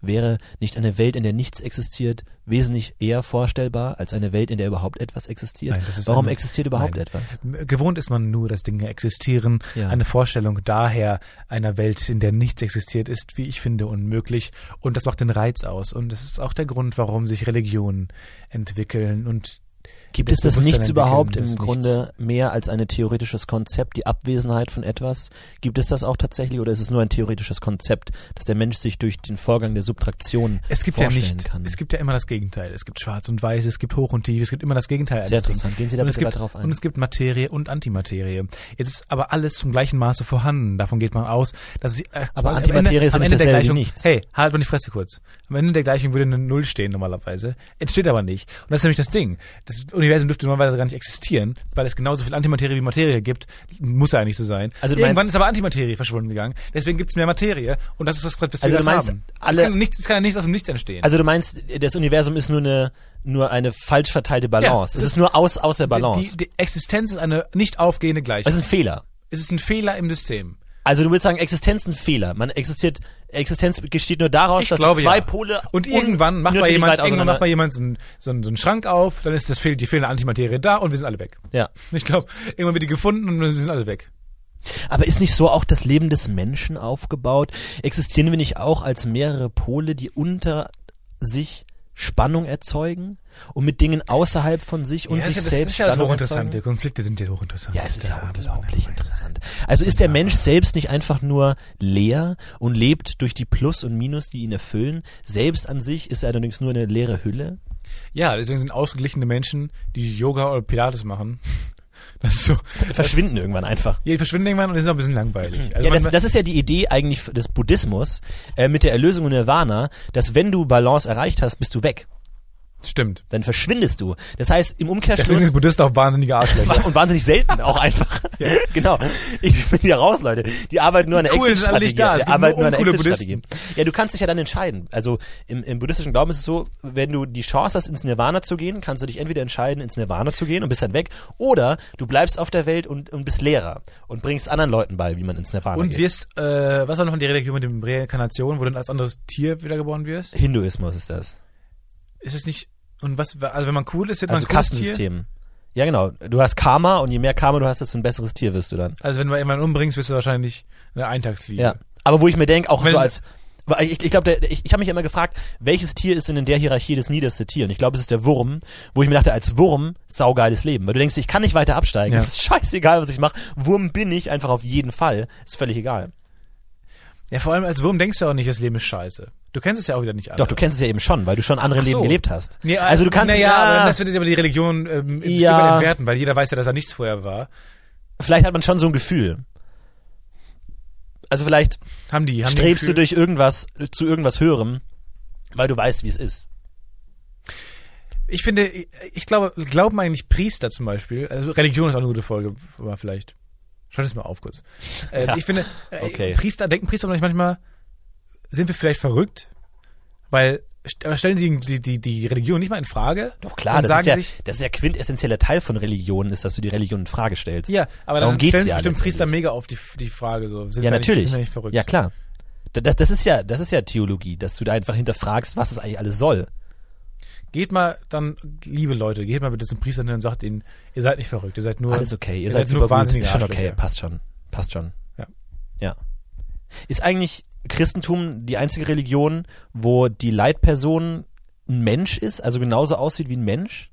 Wäre nicht eine Welt, in der nichts existiert, wesentlich eher vorstellbar als eine Welt, in der überhaupt etwas existiert? Nein, das ist Warum eine- existiert überhaupt Nein. etwas? Gewohnt ist man nur, dass Dinge existieren. Ja. Eine Vorstellung daher einer Welt, in der nichts existiert, ist, wie ich finde, unmöglich. Und das macht den Reiz aus. Und es ist auch der Grund, warum sich Religionen entwickeln. Und Gibt es das das Nichts Bewusstsein überhaupt im entwickeln, das Grunde mehr als ein theoretisches Konzept, die Abwesenheit von etwas? Gibt es das auch tatsächlich oder ist es nur ein theoretisches Konzept, dass der Mensch sich durch den Vorgang der Subtraktion es gibt ja vorstellen nicht, kann? es gibt ja immer das Gegenteil. Es gibt schwarz und weiß, es gibt hoch und tief, es gibt immer das Gegenteil. Sehr eines Dings. interessant. Gehen Sie da und es bitte gibt, weiter drauf ein. Und es gibt Materie und Antimaterie. Jetzt ist aber alles zum gleichen Maße vorhanden. Davon geht man aus, dass es, äh, Aber am Antimaterie Ende, ist ja am nicht Ende dasselbe der wie Gleichung, nichts. Hey, halt mal die Fresse kurz. Am Ende der Gleichung würde eine Null stehen normalerweise. Entsteht aber nicht. Und das ist nämlich das Ding. Das Universum dürfte normalerweise gar nicht existieren, weil es genauso viel Antimaterie wie Materie gibt. Muss ja eigentlich so sein. Also du Irgendwann meinst- ist aber Antimaterie verschwunden gegangen. Deswegen gibt es mehr Materie. Und das ist das, was wir Also du dort meinst, haben. alle- es, kann nichts, es kann ja nichts aus dem Nichts entstehen. Also du meinst, das Universum ist nur eine, nur eine falsch verteilte Balance. Ja, es ist nur aus, aus der Balance. Also Die, die Existenz ist eine nicht aufgehende Gleichung. es ist ein Fehler. es ist ein Fehler im System. Also du willst sagen, Existenz ist ein Fehler. Man existiert, Existenz besteht nur daraus, Ich dass glaube zwei ja. Pole Und irgendwann macht mal unnötig jemand, weit irgendwann auseinander- macht mal jemand so einen, so einen, so einen Schrank auf, dann ist das fehl, die fehlende Antimaterie da und wir sind alle weg. Ja. Ich glaube, irgendwann wird die gefunden und wir sind alle weg. Aber ist nicht so auch das Leben des Menschen aufgebaut? Existieren wir nicht auch als mehrere Pole, die unter sich Spannung erzeugen und mit Dingen außerhalb von sich und sich selbst Spannung erzeugen? Die Konflikte sind ja hochinteressant. Ja, es ist ja unglaublich interessant. Also ist der Mensch selbst nicht einfach nur leer und lebt durch die Plus und Minus, die ihn erfüllen? Selbst an sich ist er allerdings nur eine leere Hülle? Ja, deswegen sind ausgeglichene Menschen, die Yoga oder Pilates machen. Das ist so. Verschwinden irgendwann einfach. Ja, die verschwinden irgendwann und das ist auch ein bisschen langweilig. Also Ja, das, man- das ist ja die Idee eigentlich des Buddhismus äh, mit der Erlösung und Nirvana, dass wenn du Balance erreicht hast, bist du weg. stimmt. Dann verschwindest du. Das heißt, im Deswegen Umkehrschluss sind Buddhisten auch wahnsinnige Arschlöcher. und wahnsinnig selten auch einfach. genau. Ich bin hier raus, Leute. Die arbeiten nur an der Coolen sind Exit-Strategie. alle nicht da. Es Die gibt arbeiten nur nur an der uncoole Exit-Strategie. Ja, du kannst dich ja dann entscheiden. Also im, im buddhistischen Glauben ist es so, wenn du die Chance hast, ins Nirvana zu gehen, kannst du dich entweder entscheiden, ins Nirvana zu gehen und bist dann weg, oder du bleibst auf der Welt und, und bist Lehrer und bringst anderen Leuten bei, wie man ins Nirvana Und geht. wirst, äh, was war noch die Religion mit dem Reinkarnation, wo du dann als anderes Tier wiedergeboren wirst? Hinduismus ist das. Ist es nicht, und was, also wenn man cool ist, wird Also man ein cooles Tier? Kastensystem. Ja, genau. Du hast Karma und je mehr Karma du hast, desto ein besseres Tier wirst du dann. Also wenn du jemanden umbringst, wirst du wahrscheinlich eine Eintagsfliege. Ja. Aber wo ich mir denke, auch Wenn- so als. weil Ich, ich glaube, ich, ich habe mich immer gefragt, welches Tier ist denn in der Hierarchie das niederste Tier? Und ich glaube, es ist der Wurm, wo ich mir dachte, als Wurm, saugeiles Leben. Weil du denkst, ich kann nicht weiter absteigen. Ja. Es ist scheißegal, was ich mache. Wurm bin ich einfach auf jeden Fall. Ist völlig egal. Ja, vor allem als Wurm denkst du auch nicht, das Leben ist scheiße. Du kennst es ja auch wieder nicht alle. Doch, du kennst es ja eben schon, weil du schon andere Ach so. Leben gelebt hast. Nee, also du kannst naja, ja, aber das wird aber die Religion ähm, ein Ja. Stück weit entwerten, weil jeder weiß ja, dass er nichts vorher war. vielleicht hat man schon so ein Gefühl. Also vielleicht Haben die, haben strebst die du durch irgendwas zu irgendwas höherem, weil du weißt, wie es ist. Ich finde, ich- ich glaube, glauben eigentlich Priester zum Beispiel, also Religion ist auch eine gute Folge, aber vielleicht. Schau das mal auf kurz. Äh, Ja. Ich finde, äh, Okay. Priester, denken Priester nicht manchmal, sind wir vielleicht verrückt? Weil, st- aber stellen sie die, die, die Religion nicht mal in Frage? Doch klar, und das sagen ist, ja, sich, das ist ja quintessentieller Teil von Religion, ist, dass du die Religion in Frage stellst. ja, aber Darum dann geht's stellen sich ja bestimmt Priester letztendlich. mega auf die, die Frage so. Sind Ja, wir natürlich. Nicht, sind wir nicht verrückt? Ja, klar. Da- Das, das, ist ja, das ist ja Theologie, dass du da einfach hinterfragst, was es eigentlich alles soll. Geht mal dann, liebe Leute, geht mal bitte zum Priester hin und sagt ihnen, ihr seid nicht verrückt, ihr seid nur, Alles okay, ihr, seid super nur gut. wahnsinnige Ist schon Arschlöcher. okay, passt schon. Passt schon. Ja. Ja. Ist eigentlich Christentum die einzige Religion, wo die Leitperson ein Mensch ist, also genauso aussieht wie ein Mensch?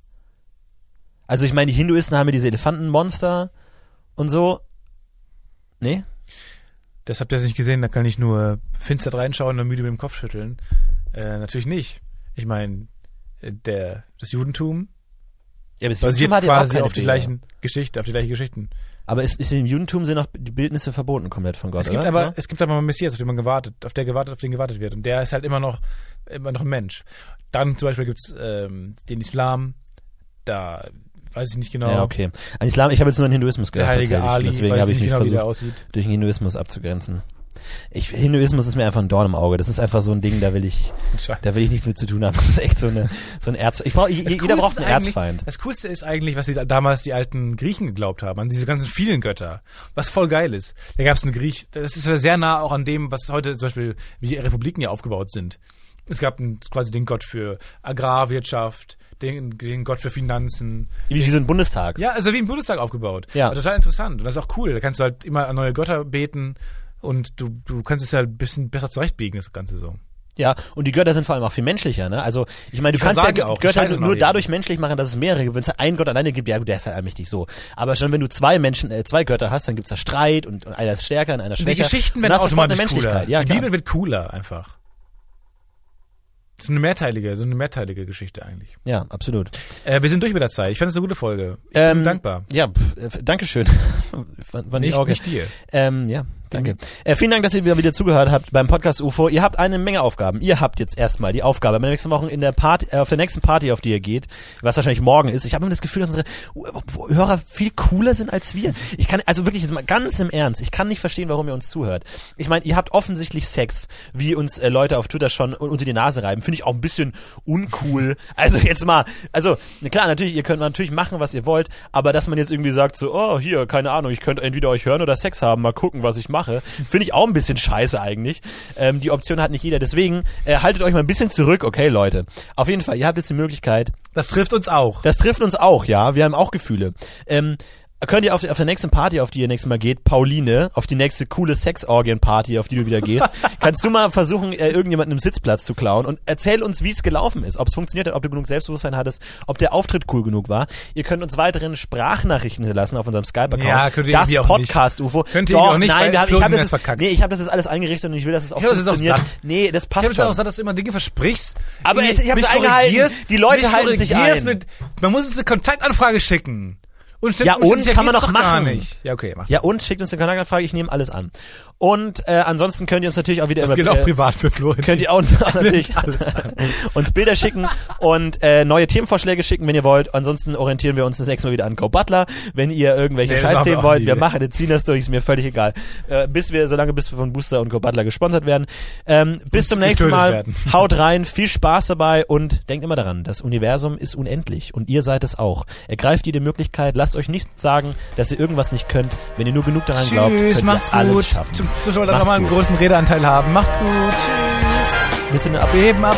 Also ich meine, die Hinduisten haben ja diese Elefantenmonster und so. Nee? Das habt ihr jetzt nicht gesehen, da kann ich nur finster reinschauen und müde mit dem Kopf schütteln. Äh, natürlich nicht. Ich meine, äh, der das Judentum Ja, aber das basiert Judentum hat ja auch quasi keine auf die Bilder. gleichen Geschichte, auf die gleichen Geschichten. Aber es ist im Judentum sind auch die Bildnisse verboten komplett von Gott, Es gibt oder? aber es gibt aber einen Messias, auf den man gewartet, auf der gewartet, auf den gewartet wird und der ist halt immer noch immer noch ein Mensch. Dann zum Beispiel gibt's ähm, den Islam, da weiß ich nicht genau, Ja, okay. An Islam, ich habe jetzt nur an Hinduismus der gedacht, heilige tatsächlich. Ali, Deswegen weiß habe ich ich nicht mich genau, wie der versucht, aussieht. durch den Hinduismus abzugrenzen. Ich, Hinduismus ist mir einfach ein Dorn im Auge. Das ist einfach so ein Ding, da will ich, Schade. da will ich nichts mit zu tun haben. Das ist echt so, eine, so ein Erz. Ich brauch, je- jeder braucht einen Erzfeind. Das Coolste ist eigentlich, was die, damals die alten Griechen geglaubt haben, an diese ganzen vielen Götter. Was voll geil ist. Da gab es einen Griech, das ist ja sehr nah auch an dem, was heute zum Beispiel, wie die Republiken ja aufgebaut sind. Es gab einen, quasi den Gott für Agrarwirtschaft, den, den Gott für Finanzen. Wie so ein Bundestag. Ja, also wie im Bundestag aufgebaut. Ja. Aber total interessant. Und das ist auch cool. Da kannst du halt immer an neue Götter beten und du, du kannst es ja ein bisschen besser zurechtbiegen, das Ganze so. Ja, und die Götter sind vor allem auch viel menschlicher, ne? Also, ich meine, du Die kannst ja versagen Gö- auch, die Götter scheitern nur am dadurch menschlich machen, dass es mehrere gibt. Wenn es einen Gott alleine gibt, ja gut, der ist halt allmächtig so. Aber schon wenn du zwei Menschen, äh, zwei Götter hast, dann gibt's da Streit und, und einer ist stärker und einer Die schwächer. Geschichten Und werden hast sofort eine automatisch cooler. Menschlichkeit. Ja, die klar. Bibel wird cooler einfach. So eine mehrteilige, so eine mehrteilige Geschichte eigentlich. ja, absolut. Äh, wir sind durch mit der Zeit. Ich fand es eine gute Folge. Ich Ähm, bin dankbar. Ja, pf, äh, f- Dankeschön. Fand fand ich Nicht, auch- nicht dir. Mhm. Ähm, ja, danke. Äh, vielen Dank, dass ihr wieder, wieder zugehört habt beim Podcast UFO. Ihr habt eine Menge Aufgaben. Ihr habt jetzt erstmal die Aufgabe, bei der nächsten Woche in der Party, äh, auf der nächsten Party, auf die ihr geht, was wahrscheinlich morgen ist. Ich habe immer das Gefühl, dass unsere U- U- Hörer viel cooler sind als wir. Ich kann, also wirklich jetzt mal ganz im Ernst, ich kann nicht verstehen, warum ihr uns zuhört. Ich meine, ihr habt offensichtlich Sex, wie uns äh, Leute auf Twitter schon un- unter die Nase reiben. Finde ich auch ein bisschen uncool. Also jetzt mal, also na klar, natürlich, ihr könnt natürlich machen, was ihr wollt, aber dass man jetzt irgendwie sagt so, oh, hier, keine Ahnung, ich könnte entweder euch hören oder Sex haben, mal gucken, was ich mache, finde ich auch ein bisschen scheiße eigentlich. Ähm, die Option hat nicht jeder, deswegen äh, haltet euch mal ein bisschen zurück, okay, Leute. Auf jeden Fall, ihr habt jetzt die Möglichkeit, Das trifft uns auch. das trifft uns auch, ja. Wir haben auch Gefühle. Ähm, könnt ihr auf, auf der nächsten Party, auf die ihr nächstes Mal geht, Pauline, auf die nächste coole Sexorgien-Party, auf die du wieder gehst, kannst du mal versuchen, äh, irgendjemanden im Sitzplatz zu klauen und erzähl uns, wie es gelaufen ist, ob es funktioniert hat, ob du genug Selbstbewusstsein hattest, ob der Auftritt cool genug war. Ihr könnt uns weiteren Sprachnachrichten hinterlassen auf unserem Skype-Account. Ja, könnt ihr das irgendwie auch nicht. Podcast-UFO. Könnt ihr Doch, auch nicht, nein, weil wir haben- Flo ich habe hat das, das verkackt. nee, ich hab das jetzt alles eingerichtet und ich will, dass es auch Ja, das ist auch funktioniert. satt. Nee, das Ich passt hab's schon. auch gesagt, dass du immer Dinge versprichst. Aber die es- ich hab's mich eingehalten. korrigierst, Die Leute mich halten sich korrigierst ein. Mit, man muss uns eine Kontaktanfrage schicken. Und stimmt, Ja, und und kann man geht's doch Gar machen. nicht. Ja, okay, mach. Ja, und schickt uns eine Kontaktanfrage, ich nehme alles an. Und äh, ansonsten könnt ihr uns natürlich auch wieder das über, gilt auch äh, privat für Flo. könnt ihr auch uns auch natürlich uns Bilder schicken und äh, neue Themenvorschläge schicken, wenn ihr wollt. Ansonsten orientieren wir uns das nächste Mal wieder an Cole Butler, wenn ihr irgendwelche Nee, das machen wir Scheißthemen auch wollt. nie. Wir machen, wir ziehen das durch, ist mir völlig egal. Äh, bis wir, solange bis wir von Booster und Cole Butler gesponsert werden. Ähm, bis zum nächsten getötet Mal. werden. Haut rein, viel Spaß dabei und denkt immer daran, das Universum ist unendlich und ihr seid es auch. Ergreift jede Möglichkeit, lasst euch nicht sagen, dass ihr irgendwas nicht könnt. Wenn ihr nur genug daran glaubt, Tschüss, könnt ihr macht's alles gut. schaffen. Zum Zuschauer Macht's nochmal einen gut. großen Redeanteil haben. Macht's gut. Tschüss. Wir sind ab Wir heben ab.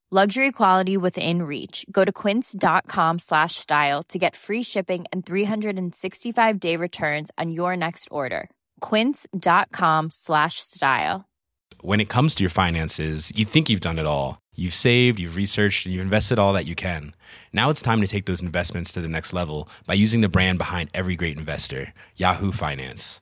Luxury quality within reach. Go to quince.com slash style to get free shipping and 365 day returns on your next order. Quince.com slash style. when it comes to your finances, you think you've done it all. You've saved, you've researched, and you've invested all that you can. Now it's time to take those investments to the next level by using the brand behind every great investor, Yahoo Finance.